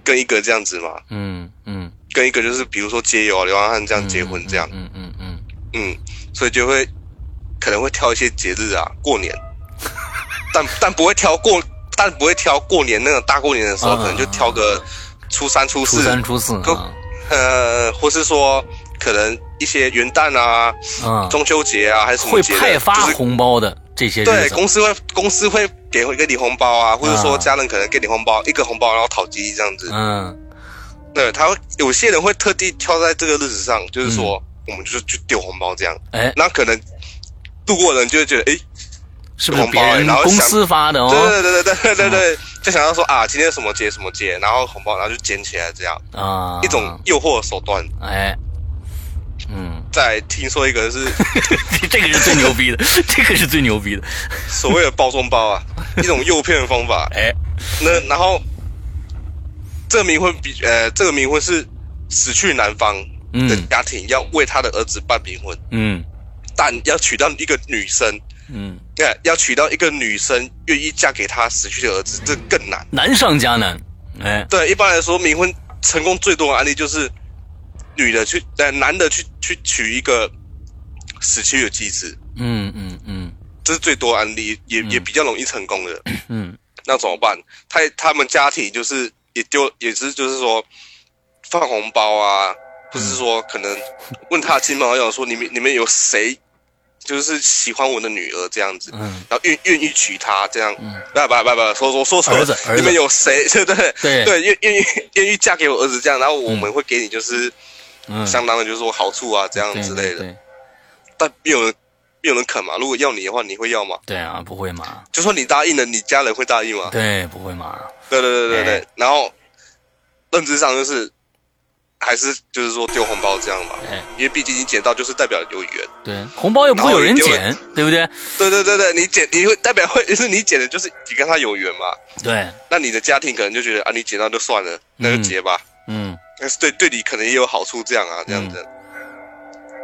Speaker 2: 跟一个这样子嘛，
Speaker 1: 嗯嗯，
Speaker 2: 跟一个就是比如说街友啊、流浪汉这样结婚这样，
Speaker 1: 嗯嗯嗯，
Speaker 2: 嗯，所以就会可能会挑一些节日啊，过年，但但不会挑过，但不会挑过年那种大过年的时候，
Speaker 1: 啊
Speaker 2: 可能就挑个初三、初
Speaker 1: 初
Speaker 2: 四，
Speaker 1: 三初四
Speaker 2: 都呃，或是说可能一些元旦啊、
Speaker 1: 啊，
Speaker 2: 中秋节啊，还是什么
Speaker 1: 会
Speaker 2: 节的
Speaker 1: 派发
Speaker 2: 就是
Speaker 1: 红包的这些日
Speaker 2: 对
Speaker 1: 子，
Speaker 2: 公司会公司会给给你红包啊，或者
Speaker 1: 啊
Speaker 2: 说家人可能给你红包，一个红包然后讨鸡这样子。
Speaker 1: 嗯
Speaker 2: 对，他会有些人会特地挑在这个日子上，就是说、我们就是去丢红包这样。
Speaker 1: 哎，
Speaker 2: 那可能路过的人就会觉得，哎，
Speaker 1: 是不是
Speaker 2: 红
Speaker 1: 别
Speaker 2: 包哎
Speaker 1: 人
Speaker 2: 然后
Speaker 1: 公
Speaker 2: 想
Speaker 1: 司发的哦？
Speaker 2: 对对对对对对对，就想要说啊，今天什么节什么节，然后红包，然后就捡起来这样
Speaker 1: 啊，
Speaker 2: 一种诱惑手段。
Speaker 1: 哎，嗯，
Speaker 2: 再听说一个是
Speaker 1: 这个是最牛逼的，这个是最牛逼的，
Speaker 2: 所谓的包装包啊，一种诱骗的方法。
Speaker 1: 哎，
Speaker 2: 那然后这个冥婚比呃，这个冥婚是死去男方的
Speaker 1: 嗯
Speaker 2: 家庭要为他的儿子办冥婚，
Speaker 1: 嗯
Speaker 2: 但要娶到一个女生，
Speaker 1: 嗯，
Speaker 2: 对，要娶到一个女生愿意嫁给他死去的儿子，这更难。
Speaker 1: 难上加难，哎，
Speaker 2: 对，一般来说，冥婚成功最多的案例就是女的去，呃，男的去去娶一个死去的妻子，
Speaker 1: 嗯嗯嗯
Speaker 2: 这是最多的案例，也、也比较容易成功的。
Speaker 1: 嗯
Speaker 2: 那怎么办？他他们家庭就是也丢，也是就是说放红包啊，或
Speaker 1: 嗯
Speaker 2: 是说可能问他亲朋好友说，你们你们有谁就是喜欢我的女儿这样子，
Speaker 1: 嗯，
Speaker 2: 然后愿愿意娶她这样，不不不不，说说说错
Speaker 1: 儿子
Speaker 2: 了
Speaker 1: 儿，子
Speaker 2: 你们有谁 对对
Speaker 1: 对
Speaker 2: 对，愿愿意愿意嫁给我儿子这样，然后我们会给你就是
Speaker 1: 嗯，
Speaker 2: 相当的就是说好处啊这样
Speaker 1: 对
Speaker 2: 之类的，
Speaker 1: 对
Speaker 2: 但没有人没有人肯嘛，如果要你的话，你会要吗？
Speaker 1: 对啊，不会嘛，
Speaker 2: 就算你答应了，你家人会答应吗？
Speaker 1: 对，不会嘛，
Speaker 2: 对对对对
Speaker 1: 哎
Speaker 2: 对，然后认知上就是还是就是说丢红包这样嘛，
Speaker 1: 哎，
Speaker 2: 因为毕竟你捡到就是代表有缘。
Speaker 1: 对，红包又不会有人
Speaker 2: 然
Speaker 1: 捡，对不对？
Speaker 2: 对对对对，你捡你会代表会就是你捡的就是你跟他有缘嘛，
Speaker 1: 对，
Speaker 2: 那你的家庭可能就觉得啊你捡到就算了，那就结吧，
Speaker 1: 嗯
Speaker 2: 但是对对你可能也有好处这样啊这样子。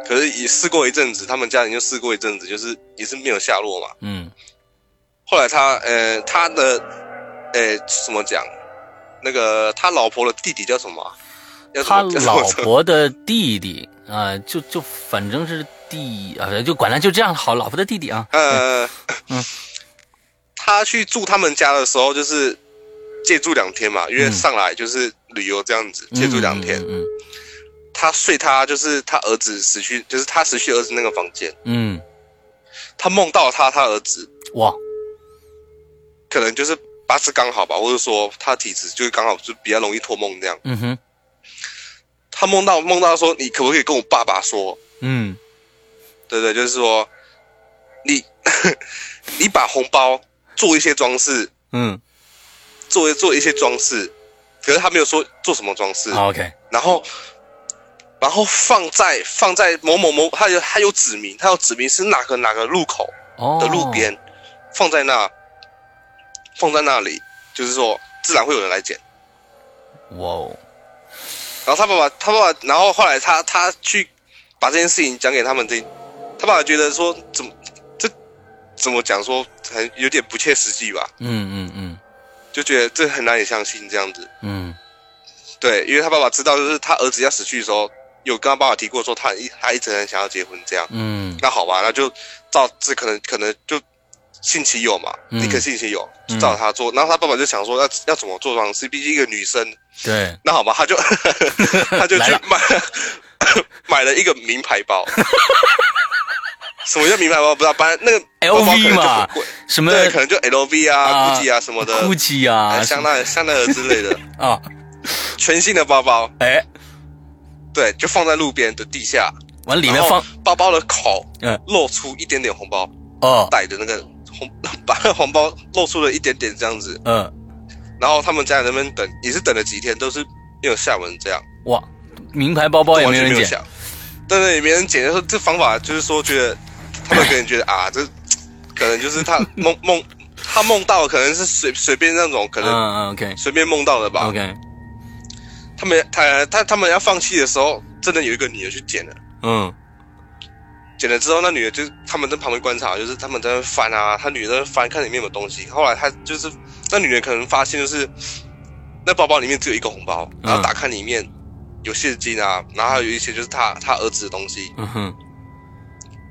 Speaker 2: 可是也试过一阵子，他们家人就试过一阵子，就是也是没有下落嘛。
Speaker 1: 嗯
Speaker 2: 后来他呃他的呃怎么讲？那个他老婆的弟弟叫什么啊？叫什
Speaker 1: 他
Speaker 2: 么叫什么
Speaker 1: 老婆的弟弟啊、就就反正是弟啊，就管他就这样好，老婆的弟弟啊，
Speaker 2: 呃，
Speaker 1: 嗯
Speaker 2: 他去住他们家的时候，就是借住两天嘛，因为
Speaker 1: 嗯
Speaker 2: 上来就是旅游这样子，借住两天。
Speaker 1: 嗯
Speaker 2: 他睡他就是他儿子死去，就是他死去儿子那个房间，
Speaker 1: 嗯，嗯
Speaker 2: 他梦到他他儿子，
Speaker 1: 哇，
Speaker 2: 可能就是八字刚好吧，或者说他体质就是刚好就比较容易托梦这样。
Speaker 1: 嗯哼，
Speaker 2: 他梦到梦到说，你可不可以跟我爸爸说？
Speaker 1: 嗯
Speaker 2: 对对，就是说你 你把红包做一些装饰，
Speaker 1: 嗯
Speaker 2: 做做一些装饰，可是他没有说做什么装饰，
Speaker 1: 啊，OK，
Speaker 2: 然后然后放在放在某某某，他有他有指明，他有指明是哪个哪个路口
Speaker 1: 哦，
Speaker 2: 的路边，放在那放在那里，就是说自然会有人来捡。
Speaker 1: 哇哦，
Speaker 2: 然后他爸爸他爸爸，然后后来他他去把这件事情讲给他们听，他爸爸觉得说怎么这怎么讲说很有点不切实际吧，
Speaker 1: 嗯嗯嗯
Speaker 2: 就觉得这很难以相信这样子。
Speaker 1: 嗯，
Speaker 2: 对，因为他爸爸知道，就是他儿子要死去的时候，有跟他爸爸提过说他一他一直很想要结婚这样。
Speaker 1: 嗯
Speaker 2: 那好吧，那就照这可能可能就信其有嘛，
Speaker 1: 嗯
Speaker 2: 你可信其有，就照他做。然后他爸爸就想说要要怎么做装饰，毕竟一个女生。
Speaker 1: 对，
Speaker 2: 那好吧，他就 他就
Speaker 1: 来
Speaker 2: 去
Speaker 1: 了
Speaker 2: 买 买了一个名牌包。什么叫名牌包？不知道，反正那个
Speaker 1: LV
Speaker 2: 包包可能就
Speaker 1: 嘛
Speaker 2: 很贵
Speaker 1: 什么
Speaker 2: 对，可能就 LV
Speaker 1: 啊
Speaker 2: 啊、GUCCI 啊什么的，
Speaker 1: GUCCI 啊，
Speaker 2: 哎香奈儿、香奈儿之类的，
Speaker 1: 啊，
Speaker 2: 全新的包包。
Speaker 1: 哎，
Speaker 2: 对，就放在路边的地下，
Speaker 1: 完里面
Speaker 2: 然后
Speaker 1: 放，
Speaker 2: 包包的口，
Speaker 1: 嗯
Speaker 2: 露出一点点红包
Speaker 1: 哦，
Speaker 2: 袋的那个红， 把那红包露出了一点点这样子。
Speaker 1: 嗯，
Speaker 2: 然后他们家人在那边等，也是等了几天，都是没有下文，这样
Speaker 1: 哇，名牌包包哦也
Speaker 2: 完
Speaker 1: 没
Speaker 2: 全
Speaker 1: 人
Speaker 2: 没有
Speaker 1: 捡，
Speaker 2: 下。但是也没人解说这方法就是说，觉得他们可能觉得啊，这可能就 是他梦梦，他梦到可能是随随便那种，
Speaker 1: 嗯
Speaker 2: 可能
Speaker 1: 嗯，OK
Speaker 2: 随便梦到的吧。
Speaker 1: OK，
Speaker 2: 他们他他他们要放弃的时候，真的有一个女的去捡了。
Speaker 1: 嗯，
Speaker 2: 捡了之后，那女的就他们在旁边观察，就是他们在那翻啊，他女的在那翻看里面有没有东西。后来她就是那女人可能发现就是那包包里面只有一个红包，然
Speaker 1: 嗯
Speaker 2: 后打开里面有现金啊，然后还有一些就是她她儿子的东西。
Speaker 1: 嗯哼，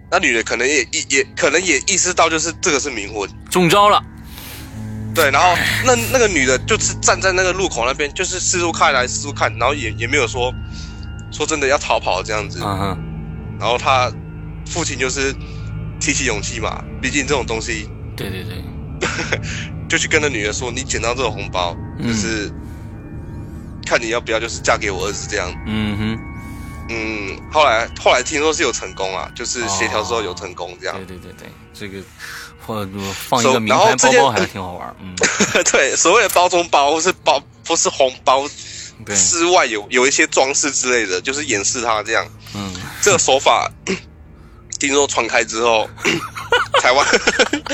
Speaker 2: 那女的可能也也也可能也意识到就是这个是冥婚，
Speaker 1: 中招了。
Speaker 2: 对，然后那那个女的就是站在那个路口那边，就是四处看来四处看，然后也也没有说说真的要逃跑这样子。
Speaker 1: 嗯哼，
Speaker 2: 然后她父亲就是提起勇气嘛，毕竟这种东西
Speaker 1: 对对对，
Speaker 2: 就去跟那女的说，你捡到这个红包，
Speaker 1: 嗯
Speaker 2: 就是、看你要不要，就是嫁给我儿子这样。
Speaker 1: 嗯哼，
Speaker 2: 嗯，后来后来听说是有成功啊，就是协调之后有成功这样。
Speaker 1: 对对对对，这个或放一个
Speaker 2: So，
Speaker 1: 名
Speaker 2: 然后
Speaker 1: 牌
Speaker 2: 这
Speaker 1: 包
Speaker 2: 件
Speaker 1: 包还是挺好玩儿。 嗯，
Speaker 2: 对，所谓的包中包是包，不是红包，
Speaker 1: 对，嗯
Speaker 2: 室外有有一些装饰之类的，就是掩饰它这样。
Speaker 1: 嗯，
Speaker 2: 这个 手法听说传开之后，台湾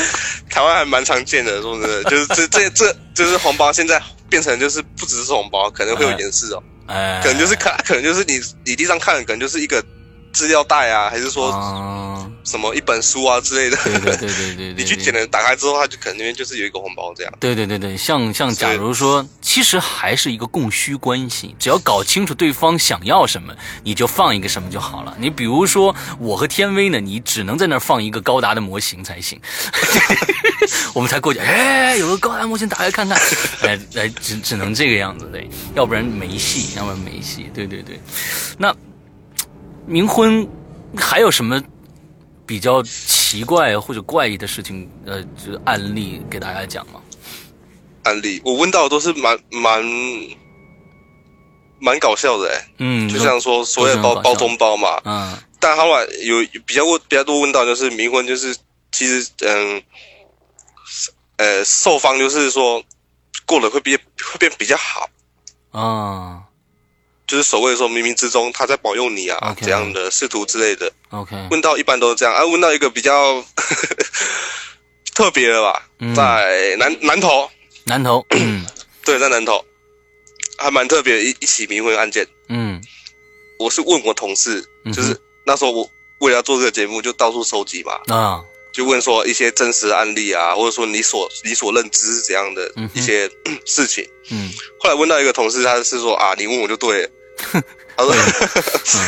Speaker 2: 台湾还蛮常见的，说真的，就是这这这就是红包现在变成就是不只是红包，可能会有延饰哦，
Speaker 1: 哎，
Speaker 2: 可能就是看，可能就是你你地上看的，可能就是一个资料袋啊，还是说
Speaker 1: 啊，
Speaker 2: 什么一本书啊之类的。
Speaker 1: 对对对对对对，
Speaker 2: 你去捡了，打开之后，它就可能那边就是有一个红包这样。
Speaker 1: 对对对对，像像假如说，其实还是一个供需关系，只要搞清楚对方想要什么，你就放一个什么就好了。你比如说我和天威呢，你只能在那儿放一个高达的模型才行， 我们才过去，哎，有个高达模型打开看看，哎哎，只只能这个样子对，要不然没戏，要不然没戏。对对对，那冥婚还有什么比较奇怪或者怪异的事情？呃，就是案例给大家讲吗？
Speaker 2: 案例我问到的都是蛮蛮蛮搞笑的、欸，
Speaker 1: 嗯，
Speaker 2: 就像说所谓的包
Speaker 1: 都是很
Speaker 2: 包
Speaker 1: 搞笑
Speaker 2: 中包嘛，
Speaker 1: 嗯
Speaker 2: 但后来有比较问比较多问到，就是冥婚，就是其实嗯，呃，受方就是说过得会比会变比较好，
Speaker 1: 啊
Speaker 2: 就是所谓说冥冥之中他在保佑你啊
Speaker 1: OK
Speaker 2: 这样的仕途之类的。
Speaker 1: ，OK，
Speaker 2: 问到一般都是这样啊，问到一个比较 特别的吧
Speaker 1: 嗯，
Speaker 2: 在南南投，
Speaker 1: 南 头，嗯
Speaker 2: 对，在南投还蛮特别的一一起冥婚案件。
Speaker 1: 嗯
Speaker 2: 我是问我同事，
Speaker 1: 嗯哼
Speaker 2: 就是那时候我为了要做这个节目，就到处收集嘛，
Speaker 1: 啊
Speaker 2: 就问说一些真实案例啊，或者说你所你所认知是怎样的
Speaker 1: 嗯哼
Speaker 2: 一些、 事情。
Speaker 1: 嗯
Speaker 2: 后来问到一个同事，他是说啊，你问我就 对了。他说，
Speaker 1: 嗯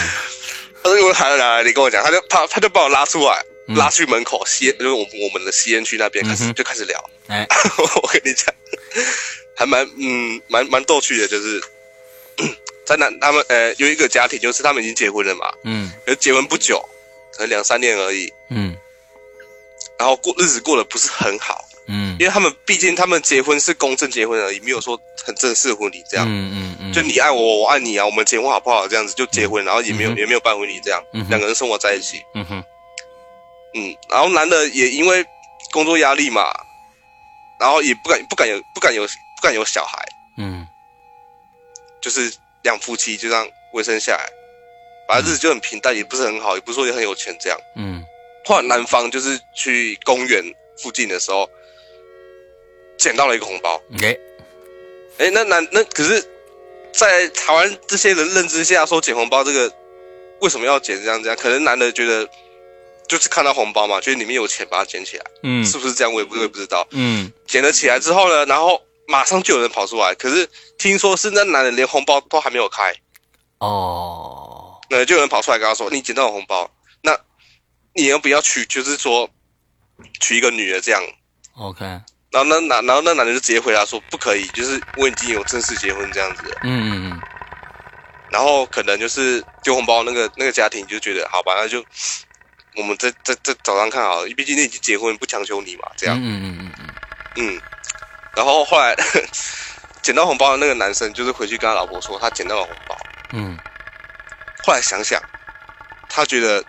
Speaker 2: 他说我来了来了，你跟我讲，他就他他就把我拉出来，
Speaker 1: 嗯
Speaker 2: 拉去门口吸，就是我我们的吸烟区那边开始、
Speaker 1: 嗯哼
Speaker 2: 就开始聊。
Speaker 1: 哎
Speaker 2: 我跟你讲，还蛮嗯蛮蛮逗趣的，就是。 在南他们呃有一个家庭，就是他们已经结婚了嘛，
Speaker 1: 嗯
Speaker 2: 可是结婚不久，可能两三年而已，
Speaker 1: 嗯
Speaker 2: 然后过日子过得不是很好，
Speaker 1: 嗯，
Speaker 2: 因为他们毕竟他们结婚是公证结婚而已，没有说很正式婚礼这样。
Speaker 1: 嗯嗯嗯，
Speaker 2: 就你爱我，我爱你啊，我们结婚好不好？这样子就结婚，然后也没有、
Speaker 1: 嗯哼
Speaker 2: 也没有办婚礼这样，
Speaker 1: 嗯哼
Speaker 2: 两个人生活在一起。
Speaker 1: 嗯哼
Speaker 2: 嗯，然后男的也因为工作压力嘛，然后也不敢不敢有不敢有不敢有小孩，
Speaker 1: 嗯
Speaker 2: 就是两夫妻就这样维生下来，反正日子就很平淡，也不是很好，也不是说也很有钱这样。
Speaker 1: 嗯
Speaker 2: 后来男方就是去公园附近的时候，捡到了一个红包。
Speaker 1: 哎
Speaker 2: 哎、那男那可是，在台湾这些人认知下，说捡红包这个为什么要捡这样这样？可能男的觉得就是看到红包嘛，觉得里面有钱，把它捡起来，
Speaker 1: 嗯
Speaker 2: 是不是这样？我也不我也不知道。
Speaker 1: 嗯
Speaker 2: 捡了起来之后呢，然后马上就有人跑出来，可是听说是那男的连红包都还没有开，
Speaker 1: 哦
Speaker 2: 那就有人跑出来跟他说：“你捡到我红包，那你要不要娶？就是说娶一个女的这样。”
Speaker 1: ，OK，嗯
Speaker 2: 然后那男，然后那男的就直接回答说：“不可以，就是我已经有正式结婚这样子了。”
Speaker 1: 嗯嗯
Speaker 2: 然后可能就是丢红包那个那个家庭就觉得好吧，那就我们再再再找上看好了，毕竟你已经结婚，不强求你嘛，这样，
Speaker 1: 嗯嗯嗯
Speaker 2: 嗯。然后后来 捡到红包的那个男生就是回去跟他老婆说他捡到了红包，
Speaker 1: 嗯
Speaker 2: 后来想想，他觉得。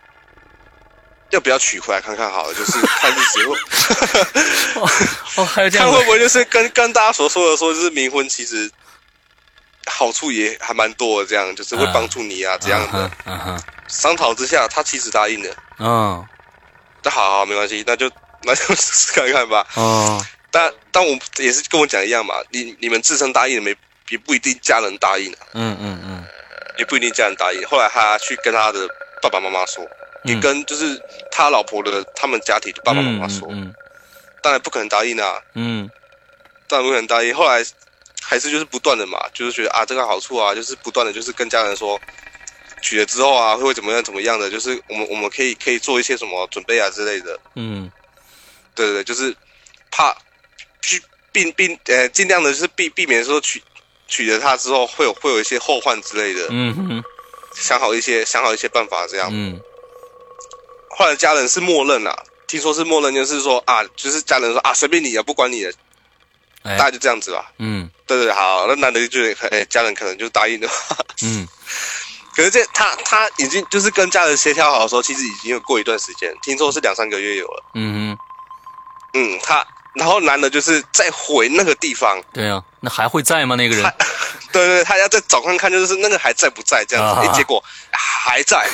Speaker 2: 要不要取回来看看好了，就是看日子会，
Speaker 1: 哦哦，还有这样
Speaker 2: 看会不会就是跟跟大家所说的说，就是冥婚其实好处也还蛮多的，这样就是会
Speaker 1: 啊
Speaker 2: 帮助你啊，这样的。
Speaker 1: 嗯哼
Speaker 2: 商讨之下，他妻子答应了，
Speaker 1: 嗯
Speaker 2: 那好好没关系，那就那就试试看看吧。
Speaker 1: 哦
Speaker 2: 但但我也是跟我讲一样嘛，你你们自身答应了没，也不一定家人答应啊，
Speaker 1: 嗯嗯嗯
Speaker 2: 也不一定家人答应。后来他去跟他的爸爸妈妈说，也跟就是他老婆的他们家庭的爸爸妈妈说，
Speaker 1: 嗯
Speaker 2: 当然不可能答应啊，
Speaker 1: 嗯
Speaker 2: 当然不可能答应。后来还是就是不断的嘛，就是觉得啊这个好处啊，就是不断的就是跟家人说，娶了之后啊会怎么样怎么样的，就是我们我们可以可以做一些什么准备啊之类的。
Speaker 1: 嗯
Speaker 2: 对对对，就是怕去避避呃，尽量的就是避避免说娶娶了她之后会有会有一些后患之类的，
Speaker 1: 嗯嗯
Speaker 2: 想好一些想好一些办法这样。
Speaker 1: 嗯
Speaker 2: 后来家人是默认啦、听说是默认就是说啊，就是家人说啊随便你啊，不管你了，
Speaker 1: 哎
Speaker 2: 大概就这样子吧。
Speaker 1: 嗯
Speaker 2: 对对，对好，那男的就觉得哎，家人可能就答应了。
Speaker 1: 嗯
Speaker 2: 可是这他他已经就是跟家人协调好的时候，其实已经有过一段时间，听说是两三个月有了。
Speaker 1: 嗯，
Speaker 2: 嗯，他然后男的就是再回那个地方，
Speaker 1: 对啊，那还会在吗？那个人
Speaker 2: 他，对对，对他要再找看看，就是那个还在不在这样子。
Speaker 1: 啊
Speaker 2: 诶结果还在，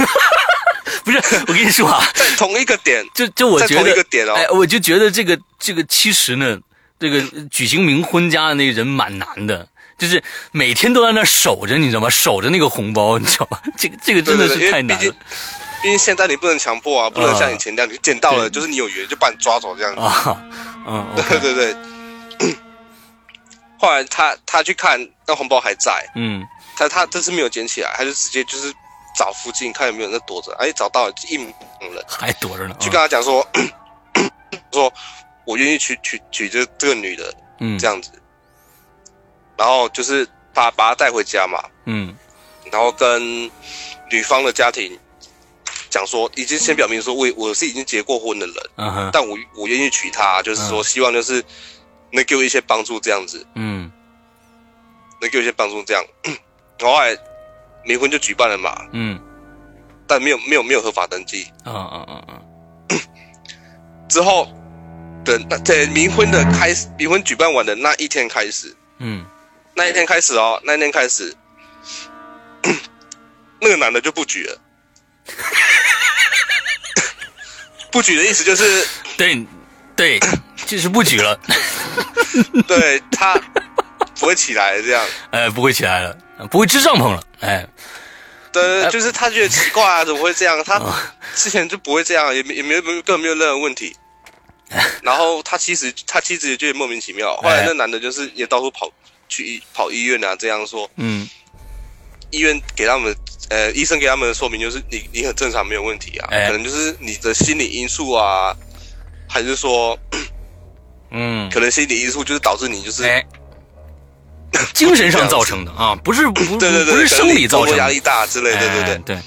Speaker 1: 不是我跟你说啊，
Speaker 2: 在同一个 点，
Speaker 1: 就就我
Speaker 2: 在
Speaker 1: 觉
Speaker 2: 同一个
Speaker 1: 得，
Speaker 2: 点哦。
Speaker 1: 哎，我就觉得这个这个其实呢，这个举行冥婚家的那个人蛮难的。就是每天都在那守着，你知道吗？守着那个红包，你知道吗？ 这个这个真的
Speaker 2: 对对对
Speaker 1: 是
Speaker 2: 因
Speaker 1: 太
Speaker 2: 为毕
Speaker 1: 难
Speaker 2: 竟
Speaker 1: 了
Speaker 2: 毕竟现在你不能强迫啊，不能像以前那样，你捡到了
Speaker 1: 对
Speaker 2: 就是你有缘就把你抓走这样子。
Speaker 1: 啊！嗯
Speaker 2: 对
Speaker 1: ，OK，
Speaker 2: 对对。 后来他他去看，那红包还在，
Speaker 1: 嗯
Speaker 2: 他他这次没有捡起来，他就直接就是找附近看有没有人在躲着，哎，找到了一模人，
Speaker 1: 还躲着呢。啊
Speaker 2: 就跟他讲说，说我愿意娶娶娶这这个女的，
Speaker 1: 嗯
Speaker 2: 这样子，然后就是把把他带回家嘛，
Speaker 1: 嗯
Speaker 2: 然后跟女方的家庭讲说，已经先表明说我我是已经结过婚的人，
Speaker 1: 嗯哼
Speaker 2: 但我我愿意娶她，就是说希望就是能给我一些帮助这样子，
Speaker 1: 嗯
Speaker 2: 能给我一些帮助这样。 然后后来冥婚就举办了嘛，
Speaker 1: 嗯
Speaker 2: 但没有没有没有合法登记。
Speaker 1: 啊啊啊啊！
Speaker 2: 之后等那在冥婚的开始，冥婚举办完的那一天开始，
Speaker 1: 嗯
Speaker 2: 那一天开始哦，那一天开始， 那个男的就不举了。 不举的意思就是，
Speaker 1: 对对，就是不举了，
Speaker 2: 对他不会起来这样。
Speaker 1: 哎，不会起来了，不会支帐篷了，哎，呃
Speaker 2: 对，就是他觉得奇怪啊，怎么会这样？
Speaker 1: 哦
Speaker 2: 他之前就不会这样，也没也没有根本没有任何问题。 然后他其实他妻子也觉得莫名其
Speaker 1: 哎
Speaker 2: 妙。后来那男的就是也到处跑去医跑医院啊，这样说
Speaker 1: 嗯，
Speaker 2: 医院给他们呃医生给他们的说明就是你你很正常没有问题啊，
Speaker 1: 哎
Speaker 2: 可能就是你的心理因素啊，还是说
Speaker 1: 嗯，
Speaker 2: 可能心理因素就是导致你就是、
Speaker 1: 哎，精神上造成的啊，不是 不
Speaker 2: 对对对
Speaker 1: 不是
Speaker 2: 可能
Speaker 1: 生
Speaker 2: 你
Speaker 1: 理造
Speaker 2: 工
Speaker 1: 成
Speaker 2: 作
Speaker 1: 的，
Speaker 2: 压力大之类的，对对对，
Speaker 1: 哎对，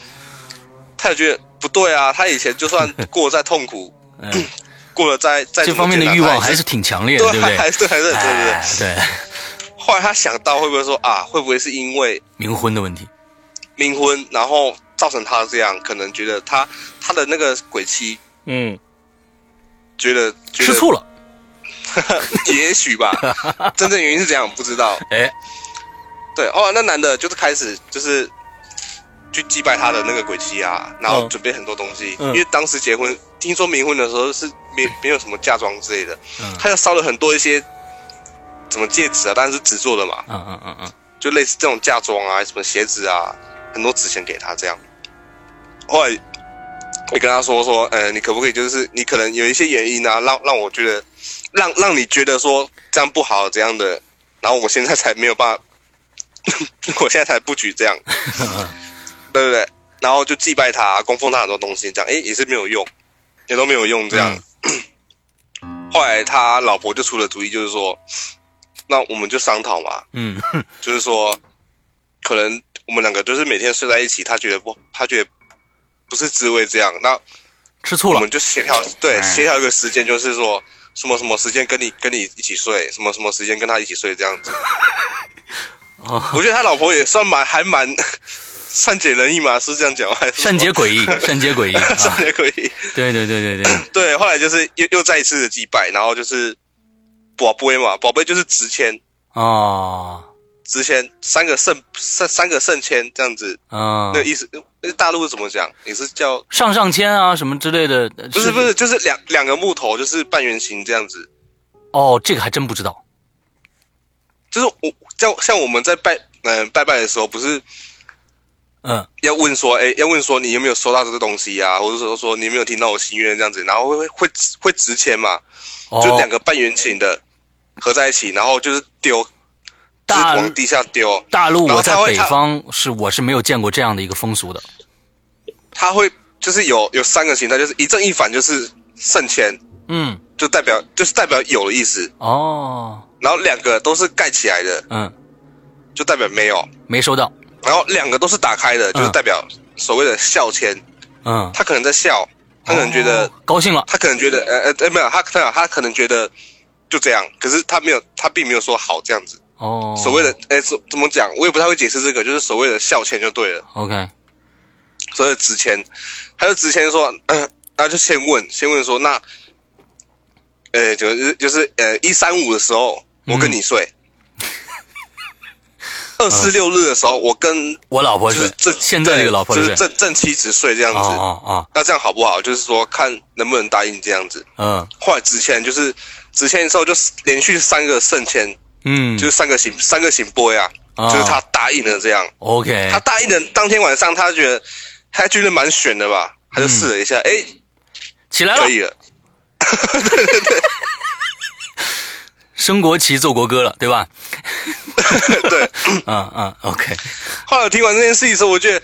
Speaker 2: 他就觉得不对啊，他以前就算过得再痛苦，
Speaker 1: 哎
Speaker 2: 过得再再
Speaker 1: 这
Speaker 2: 怎么
Speaker 1: 方面的
Speaker 2: 艰难
Speaker 1: 欲望
Speaker 2: 他
Speaker 1: 还是挺强烈的，对不对？
Speaker 2: 还是对还是对对对
Speaker 1: 哎。对，
Speaker 2: 后来他想到会不会说啊，会不会是因为
Speaker 1: 冥婚的问题，
Speaker 2: 冥婚，然后造成他这样，可能觉得他他的那个鬼妻
Speaker 1: 嗯，
Speaker 2: 觉得觉
Speaker 1: 吃
Speaker 2: 得，
Speaker 1: 醋了，
Speaker 2: 也许 吧，真正原因是怎样不知道。
Speaker 1: 哎，
Speaker 2: 对，后来那男的就是开始就是去祭拜他的那个鬼妻啊，然后
Speaker 1: 嗯
Speaker 2: 准备很多东西，
Speaker 1: 嗯
Speaker 2: 因为当时结婚，听说冥婚的时候是没没有什么嫁妆之类的，
Speaker 1: 嗯
Speaker 2: 他就烧了很多一些什么戒指啊，当然是纸做的嘛，
Speaker 1: 嗯嗯嗯嗯，
Speaker 2: 就类似这种嫁妆啊，什么鞋子啊，很多纸钱给他这样。后来我跟他说说，呃，你可不可以就是你可能有一些原因啊，让让我觉得，让让你觉得说这样不好怎样的，然后我现在才没有办法， 我现在才不举这样，对不对？然后就祭拜他，供奉他很多东西，这样，诶，也是没有用，也都没有用这样。 后来他老婆就出了主意，就是说，那我们就商讨嘛，
Speaker 1: 嗯，
Speaker 2: 就是说，可能我们两个就是每天睡在一起，他觉得不，他觉得不是滋味这样。那
Speaker 1: 吃醋
Speaker 2: 我
Speaker 1: 了
Speaker 2: 们，就协调，对，
Speaker 1: 哎
Speaker 2: 协调一个时间，就是说什么什么时间跟你跟你一起睡，什么什么时间跟他一起睡这样子。
Speaker 1: 哦
Speaker 2: 我觉得他老婆也算蛮还蛮 善解人意嘛，是这样讲吗还是
Speaker 1: 善解诡 异，善解诡异
Speaker 2: 善
Speaker 1: 啊，
Speaker 2: 解诡意？
Speaker 1: 对对对对对，
Speaker 2: 对，后来就是又又再一次的祭拜，然后就是宝贝嘛，宝贝就是值钱，
Speaker 1: 哦。
Speaker 2: 值钱三个圣三三个圣签这样子，
Speaker 1: 啊
Speaker 2: 那，个意思，那大陆是怎么讲？也是叫
Speaker 1: 上上签啊什么之类的，不
Speaker 2: 不是不是，就是两两个木头，就是半圆形这样子。
Speaker 1: 哦，这个还真不知道。
Speaker 2: 就是我像像我们在拜嗯、呃拜拜的时候，不是
Speaker 1: 嗯，
Speaker 2: 要问说，哎，要问说你有没有收到这个东西呀、或者说说你有没有听到我心愿这样子，然后会会会值钱嘛？
Speaker 1: 哦，
Speaker 2: 就两个半圆形的合在一起，然后就是丢，就是
Speaker 1: 大
Speaker 2: 往地下丢。
Speaker 1: 大陆
Speaker 2: 然
Speaker 1: 我
Speaker 2: 后他
Speaker 1: 在
Speaker 2: 会
Speaker 1: 北
Speaker 2: 他
Speaker 1: 方是我是没有见过这样的一个风俗的。
Speaker 2: 它会就是有有三个形态，就是一正一反，就是剩钱，
Speaker 1: 嗯，
Speaker 2: 就代表就是代表有的意思。
Speaker 1: 哦，
Speaker 2: 然后两个都是盖起来的，
Speaker 1: 嗯，
Speaker 2: 就代表没有；
Speaker 1: 没收到。
Speaker 2: 然后两个都是打开的，就是代表所谓的笑签。
Speaker 1: 嗯，
Speaker 2: 他可能在笑，他可能觉得，
Speaker 1: 哦高兴了。
Speaker 2: 他可能觉得，呃呃呃，没有，他他他可能觉得就这样，可是他没有，他并没有说好这样子。
Speaker 1: 哦，
Speaker 2: 所谓的，哎，怎怎么讲？我也不太会解释这个，就是所谓的笑签就对了，
Speaker 1: OK，
Speaker 2: 所谓的值钱，他就值钱说， 呃，然后就先问，先问说，那，呃，就是就是呃，一三五的时候我跟你睡，
Speaker 1: 嗯
Speaker 2: 二四六日的时候我跟
Speaker 1: 我老婆
Speaker 2: 就是是正
Speaker 1: 现在这个老婆
Speaker 2: 对就是
Speaker 1: 是
Speaker 2: 正正妻子睡这样
Speaker 1: 哦
Speaker 2: 子，
Speaker 1: 哦
Speaker 2: 那这样好不好？就是说看能不能答应这样子。
Speaker 1: 哦，
Speaker 2: 后来值钱就是值钱的时候，就是连续三个圣签，
Speaker 1: 嗯
Speaker 2: 就是
Speaker 1: 嗯
Speaker 2: 三个行三个行波呀，
Speaker 1: 啊
Speaker 2: 就是他答应了这样。
Speaker 1: ，OK，
Speaker 2: 他答应了当天晚上，他觉得他觉得蛮悬的吧，他就试了一
Speaker 1: 嗯
Speaker 2: 下，哎、
Speaker 1: 起来了
Speaker 2: 可，以了。
Speaker 1: 升国旗奏国歌了，对吧？
Speaker 2: 对，
Speaker 1: 嗯嗯，OK，
Speaker 2: 后来我听完这件事情之后，我觉得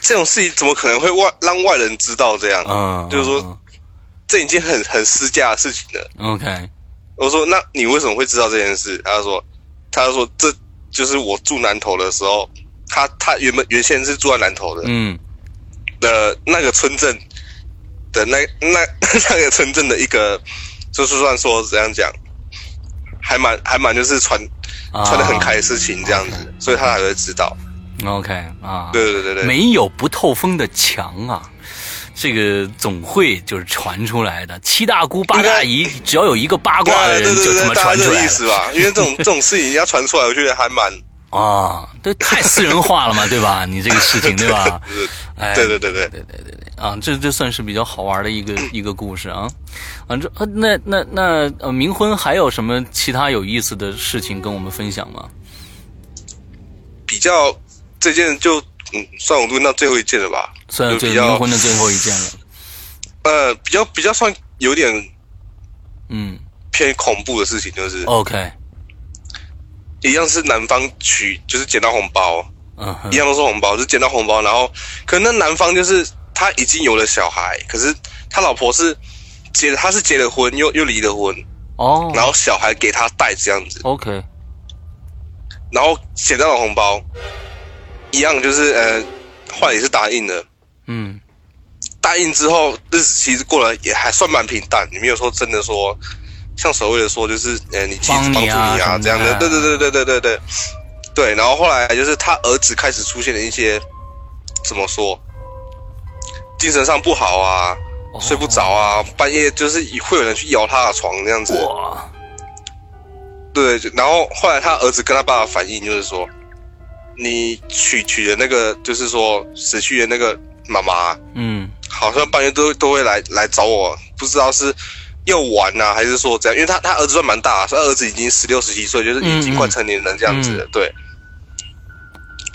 Speaker 2: 这种事情怎么可能会外让外人知道这样？
Speaker 1: 嗯，
Speaker 2: 就是说这已经很很私家的事情了。
Speaker 1: 嗯，OK，
Speaker 2: 我说：“那你为什么会知道这件事？”他就说：“他就说这就是我住南头的时候，他他原本原先是住在南头的，
Speaker 1: 嗯
Speaker 2: 的那个村镇的那那 那个村镇的一个，就是算说怎样讲，还蛮还蛮就是传
Speaker 1: 啊
Speaker 2: 传的很开的事情这样子，所以他才会知道。
Speaker 1: ，OK 啊，
Speaker 2: 对对对对，
Speaker 1: 没有不透风的墙啊。这个总会就是传出来的，七大姑八大姨，只要有一个八
Speaker 2: 对
Speaker 1: 卦的人，
Speaker 2: 对
Speaker 1: 就
Speaker 2: 对
Speaker 1: 他妈
Speaker 2: 对，大
Speaker 1: 传
Speaker 2: 概
Speaker 1: 出
Speaker 2: 这个
Speaker 1: 来
Speaker 2: 意
Speaker 1: 了
Speaker 2: 思吧。因为这种这种事情要传出来，我觉得还蛮
Speaker 1: 啊！这太私人化了嘛，对 吧？你这个事情，对吧？ 哎，
Speaker 2: 对对对对，
Speaker 1: 啊，这这算是比较好玩的一个一个故事啊。啊，这呃那那那呃，冥婚还有什么其他有意思的事情跟我们分享吗？
Speaker 2: 比较这件就嗯，算我问到最后一件了吧，
Speaker 1: 算
Speaker 2: 就
Speaker 1: 这
Speaker 2: 比
Speaker 1: 个冥
Speaker 2: 较
Speaker 1: 婚的最后一件了。
Speaker 2: 呃比较比较算有点
Speaker 1: 嗯
Speaker 2: 偏恐怖的事情，就是、
Speaker 1: ，OK，
Speaker 2: 一样是男方取，就是捡到红包。
Speaker 1: 嗯哼
Speaker 2: 一，样都是红包，就是捡到红包，然后可能那男方就是他已经有了小孩，可是他老婆是结他是结了婚又又离了婚，
Speaker 1: 哦
Speaker 2: 然后小孩给他带这样子，
Speaker 1: ，OK，
Speaker 2: 然后捡到了红包，一样就是呃，后来也是答应了，
Speaker 1: 嗯
Speaker 2: 答应之后日子其实过得也还算蛮平淡，你没有说真的说像所谓的说就是呃你妻
Speaker 1: 帮
Speaker 2: 子帮助
Speaker 1: 你
Speaker 2: 你
Speaker 1: 啊
Speaker 2: 啊
Speaker 1: 什么的
Speaker 2: 这样的，对对对对对对对对，然后后来就是他儿子开始出现了一些怎么说，精神上不好啊，
Speaker 1: 哦
Speaker 2: 睡不着啊，半夜就是会有人去摇他的床这样子，
Speaker 1: 哇，
Speaker 2: 对，就然后后来他儿子跟他爸爸反映就是说，你娶娶的那个就是说死去的那个妈妈啊、
Speaker 1: 嗯
Speaker 2: 好像半夜都都会来来找我，不知道是要玩呐、还是说怎样？因为他他儿子算蛮大，他儿子已经十六十七岁，就是已经快成年人这样子了。对。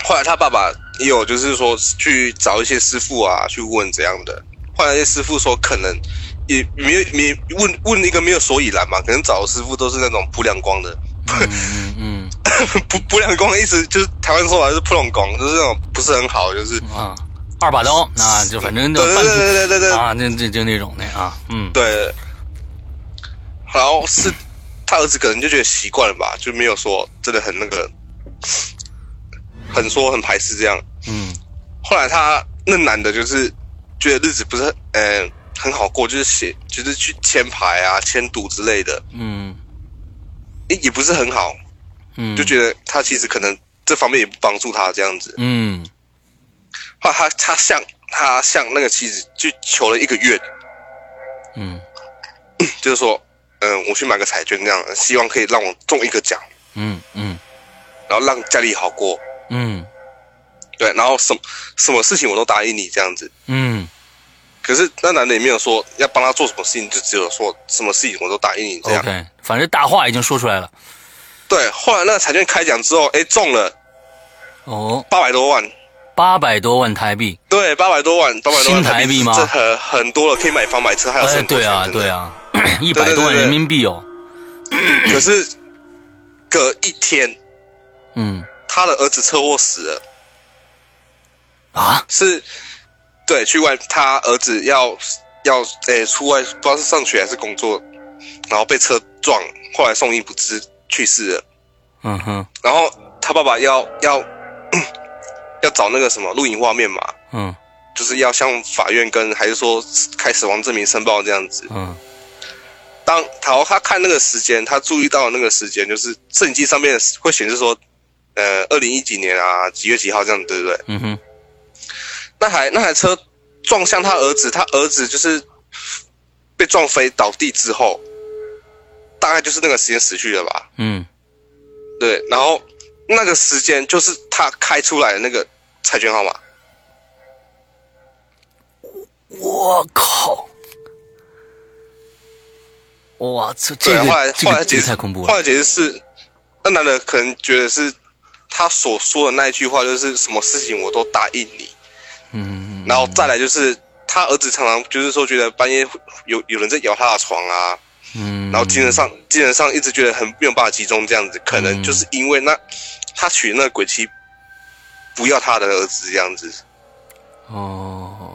Speaker 2: 后来他爸爸也有就是说去找一些师傅啊，去问怎样的。后来那些师傅说可能也没有没问问一个没有所以然嘛，可能找的师傅都是那种不亮光的。
Speaker 1: 嗯 嗯
Speaker 2: 不不亮光的意思就是台湾说法就是不亮光，就是那种不是很好，就是
Speaker 1: 嗯啊，二把刀，那就反正就
Speaker 2: 对对
Speaker 1: 半
Speaker 2: 对对对对对
Speaker 1: 啊，那这就那种的啊，嗯
Speaker 2: 对，然后是他儿子可能就觉得习惯了吧，就没有说真的很那个，很说很排斥这样。
Speaker 1: 嗯
Speaker 2: 后来他那男的就是觉得日子不是很呃很好过，就是写就是去签牌啊、签赌之类的，
Speaker 1: 嗯
Speaker 2: 也也不是很好，
Speaker 1: 嗯，
Speaker 2: 就觉得他其实可能这方面也不帮助他这样子。
Speaker 1: 嗯
Speaker 2: 后来他他向他向那个妻子去求了一个月，
Speaker 1: 嗯
Speaker 2: 就是说，嗯、我去买个彩券这样，希望可以让我中一个奖。
Speaker 1: 嗯嗯
Speaker 2: 然后让家里好过，
Speaker 1: 嗯
Speaker 2: 对，然后什么什么事情我都答应你这样子。
Speaker 1: 嗯
Speaker 2: 可是那男的也没有说要帮他做什么事情，就只有说什么事情我都答应你这样。
Speaker 1: ，OK，反正大话已经说出来了。
Speaker 2: 对，后来那个彩券开奖之后，哎，中了
Speaker 1: 哦，
Speaker 2: 八百多万，
Speaker 1: 八百多万台币，
Speaker 2: 对，八百多万，八百多
Speaker 1: 新
Speaker 2: 万
Speaker 1: 台币吗
Speaker 2: 这很很多了，可以买房买车，还有
Speaker 1: 哎，
Speaker 2: 剩多
Speaker 1: 对啊，
Speaker 2: 钱
Speaker 1: 对。啊，一百多万人民币哦，
Speaker 2: 真的可是隔一天，
Speaker 1: 嗯
Speaker 2: 他的儿子车祸死了，
Speaker 1: 啊，
Speaker 2: 是，对，去外他儿子要要诶、出外，不知道是上学还是工作，然后被车撞，后来送医不治去世了。
Speaker 1: 嗯哼，
Speaker 2: 然后他爸爸要要 要找那个什么录影画面嘛，
Speaker 1: 嗯
Speaker 2: 就是要向法院跟还是说开死亡证明申报这样子。
Speaker 1: 嗯
Speaker 2: 当他他看那个时间，他注意到那个时间，就是摄影机上面会显示说，呃，二零一几年啊，几月几号这样，对不对？
Speaker 1: 嗯哼，
Speaker 2: 那台那台车撞向他儿子，他儿子就是被撞飞倒地之后，大概就是那个时间死去了吧？
Speaker 1: 嗯
Speaker 2: 对，然后那个时间就是他开出来的那个彩券号码，
Speaker 1: 我靠！哇，这这
Speaker 2: 对，
Speaker 1: 个
Speaker 2: 后来
Speaker 1: 这
Speaker 2: 后
Speaker 1: 个
Speaker 2: 来
Speaker 1: 这
Speaker 2: 解
Speaker 1: 个
Speaker 2: 释
Speaker 1: 太恐怖
Speaker 2: 后
Speaker 1: 了，
Speaker 2: 来解释是，那男的可能觉得是他所说的那一句话，就是什么事情我都答应你，
Speaker 1: 嗯，
Speaker 2: 然后再来就是他儿子常常就是说觉得半夜会有有人在摇他的床啊，
Speaker 1: 嗯，
Speaker 2: 然后精神上精神上一直觉得很没有办法集中这样子，可能就是因为那他娶那个鬼妻不要他的儿子这样子，
Speaker 1: 哦，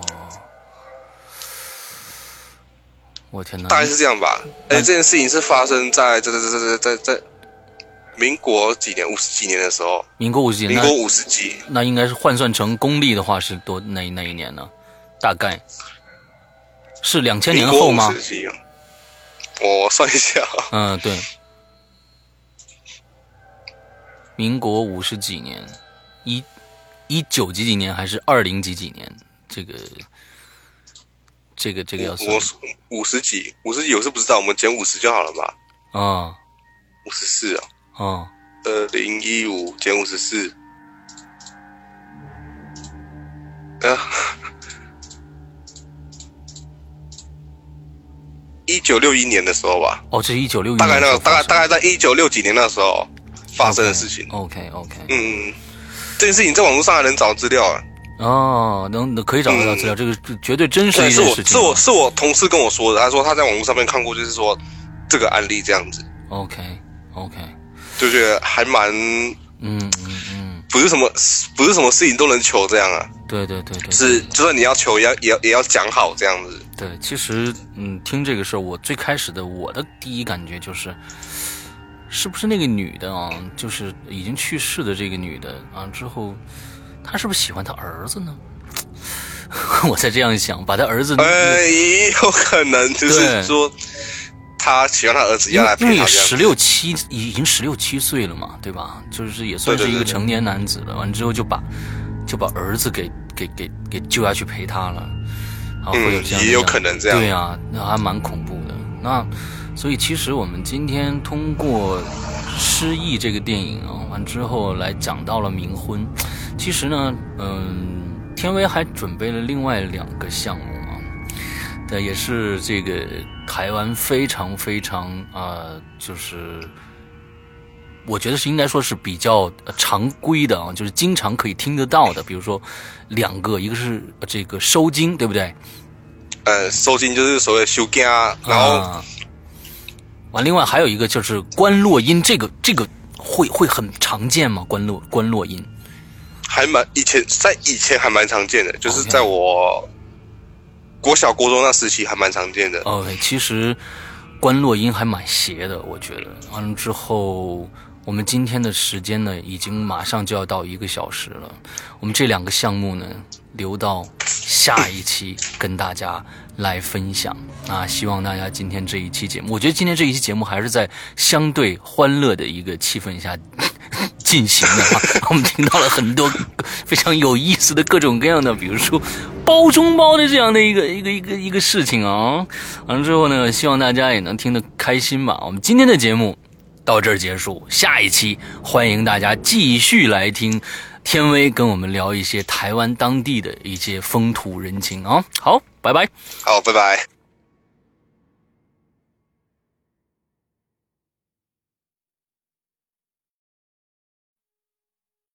Speaker 1: 我天哪，
Speaker 2: 大概是这样吧。而且这件事情是发生在在在在在在在民国几年五十几年的时候，
Speaker 1: 民国五十几
Speaker 2: 民
Speaker 1: 年
Speaker 2: 国，五十几，
Speaker 1: 那那应该是换算成公历的话是多哪哪一年呢？大概是两千
Speaker 2: 民
Speaker 1: 年
Speaker 2: 国
Speaker 1: 后
Speaker 2: 五
Speaker 1: 吗
Speaker 2: 十？几，我算一 下，
Speaker 1: 嗯，对，民国五十几年，一一九几几年还是二零几几年？这个这个这个要算
Speaker 2: 我五十几，五十几我是不知道，我们减五十就好了吧，
Speaker 1: 啊
Speaker 2: 五十四啊。
Speaker 1: 啊
Speaker 2: 二零一五减五十四，啊， 一九六一年的时候吧，
Speaker 1: 哦，这是一九六一
Speaker 2: 大概那个大概大概在一九六几年那时候发生的事情。
Speaker 1: OK OK，
Speaker 2: 嗯，这件事情在网络上还能找到资料啊。
Speaker 1: 哦，能能可以找得到资料，这个是绝对真实的
Speaker 2: 嗯对，
Speaker 1: 一
Speaker 2: 是
Speaker 1: 件
Speaker 2: 我
Speaker 1: 事情。
Speaker 2: 是我是我同事跟我说的，他说他在网络上面看过，就是说这个案例这样子，
Speaker 1: OK OK，
Speaker 2: 就觉得还蛮
Speaker 1: 嗯嗯嗯，
Speaker 2: 不是什么不是什么事情都能求这样啊。
Speaker 1: 对对对对，
Speaker 2: 是，就算你要求，也要也要也要讲好这样子。
Speaker 1: 对，其实嗯，听这个事儿，我最开始的我的第一感觉就是，是不是那个女的啊，就是已经去世的这个女的啊，之后她是不是喜欢她儿子呢？ 我才这样想，把她儿子
Speaker 2: 呃，也有可能就
Speaker 1: 嗯
Speaker 2: 是
Speaker 1: 对
Speaker 2: 说，他喜欢他儿子
Speaker 1: 因
Speaker 2: 要来
Speaker 1: 为因为
Speaker 2: 陪
Speaker 1: 也
Speaker 2: 他
Speaker 1: 十
Speaker 2: 这样。
Speaker 1: 六七，已经十六七岁了嘛，对吧？就是也算是一
Speaker 2: 对对
Speaker 1: 个
Speaker 2: 对对
Speaker 1: 成年男子了。完之后就把就把儿子给给给给救下去陪他了，然后会有这样的、
Speaker 2: 嗯也有可能这样
Speaker 1: 对啊，那还蛮恐怖的。那所以其实我们今天通过《失忆》这个电影啊，完之后来讲到了冥婚。其实呢，嗯，天威还准备了另外两个项目啊，对，也是这个台湾非常非常啊、呃就是我觉得是应该说是比较呃常规的啊，就是经常可以听得到的，比如说两个，一个是呃这个收金，对不对？
Speaker 2: 呃，收金就是所谓修家啊，然后
Speaker 1: 啊完，另外还有一个就是关落音，这个这个会会很常见吗？关落关落音，
Speaker 2: 还蛮以前在以前还蛮常见的，就是
Speaker 1: OK
Speaker 2: 在我国小国中那时期还蛮常见的。
Speaker 1: OK，其实关洛音还蛮邪的，我觉得。完了之后，我们今天的时间呢，已经马上就要到一个小时了。我们这两个项目呢，留到下一期跟大家来分享。啊，希望大家今天这一期节目，我觉得今天这一期节目还是在相对欢乐的一个气氛下 进行的、啊。我们听到了很多非常有意思的各种各样的，比如说包中包的这样的一个一个一个一个事情啊。完了之后呢，希望大家也能听得开心吧。我们今天的节目到这儿结束，下一期欢迎大家继续来听天威跟我们聊一些台湾当地的一些风土人情啊。好，拜拜。
Speaker 2: 好，拜拜。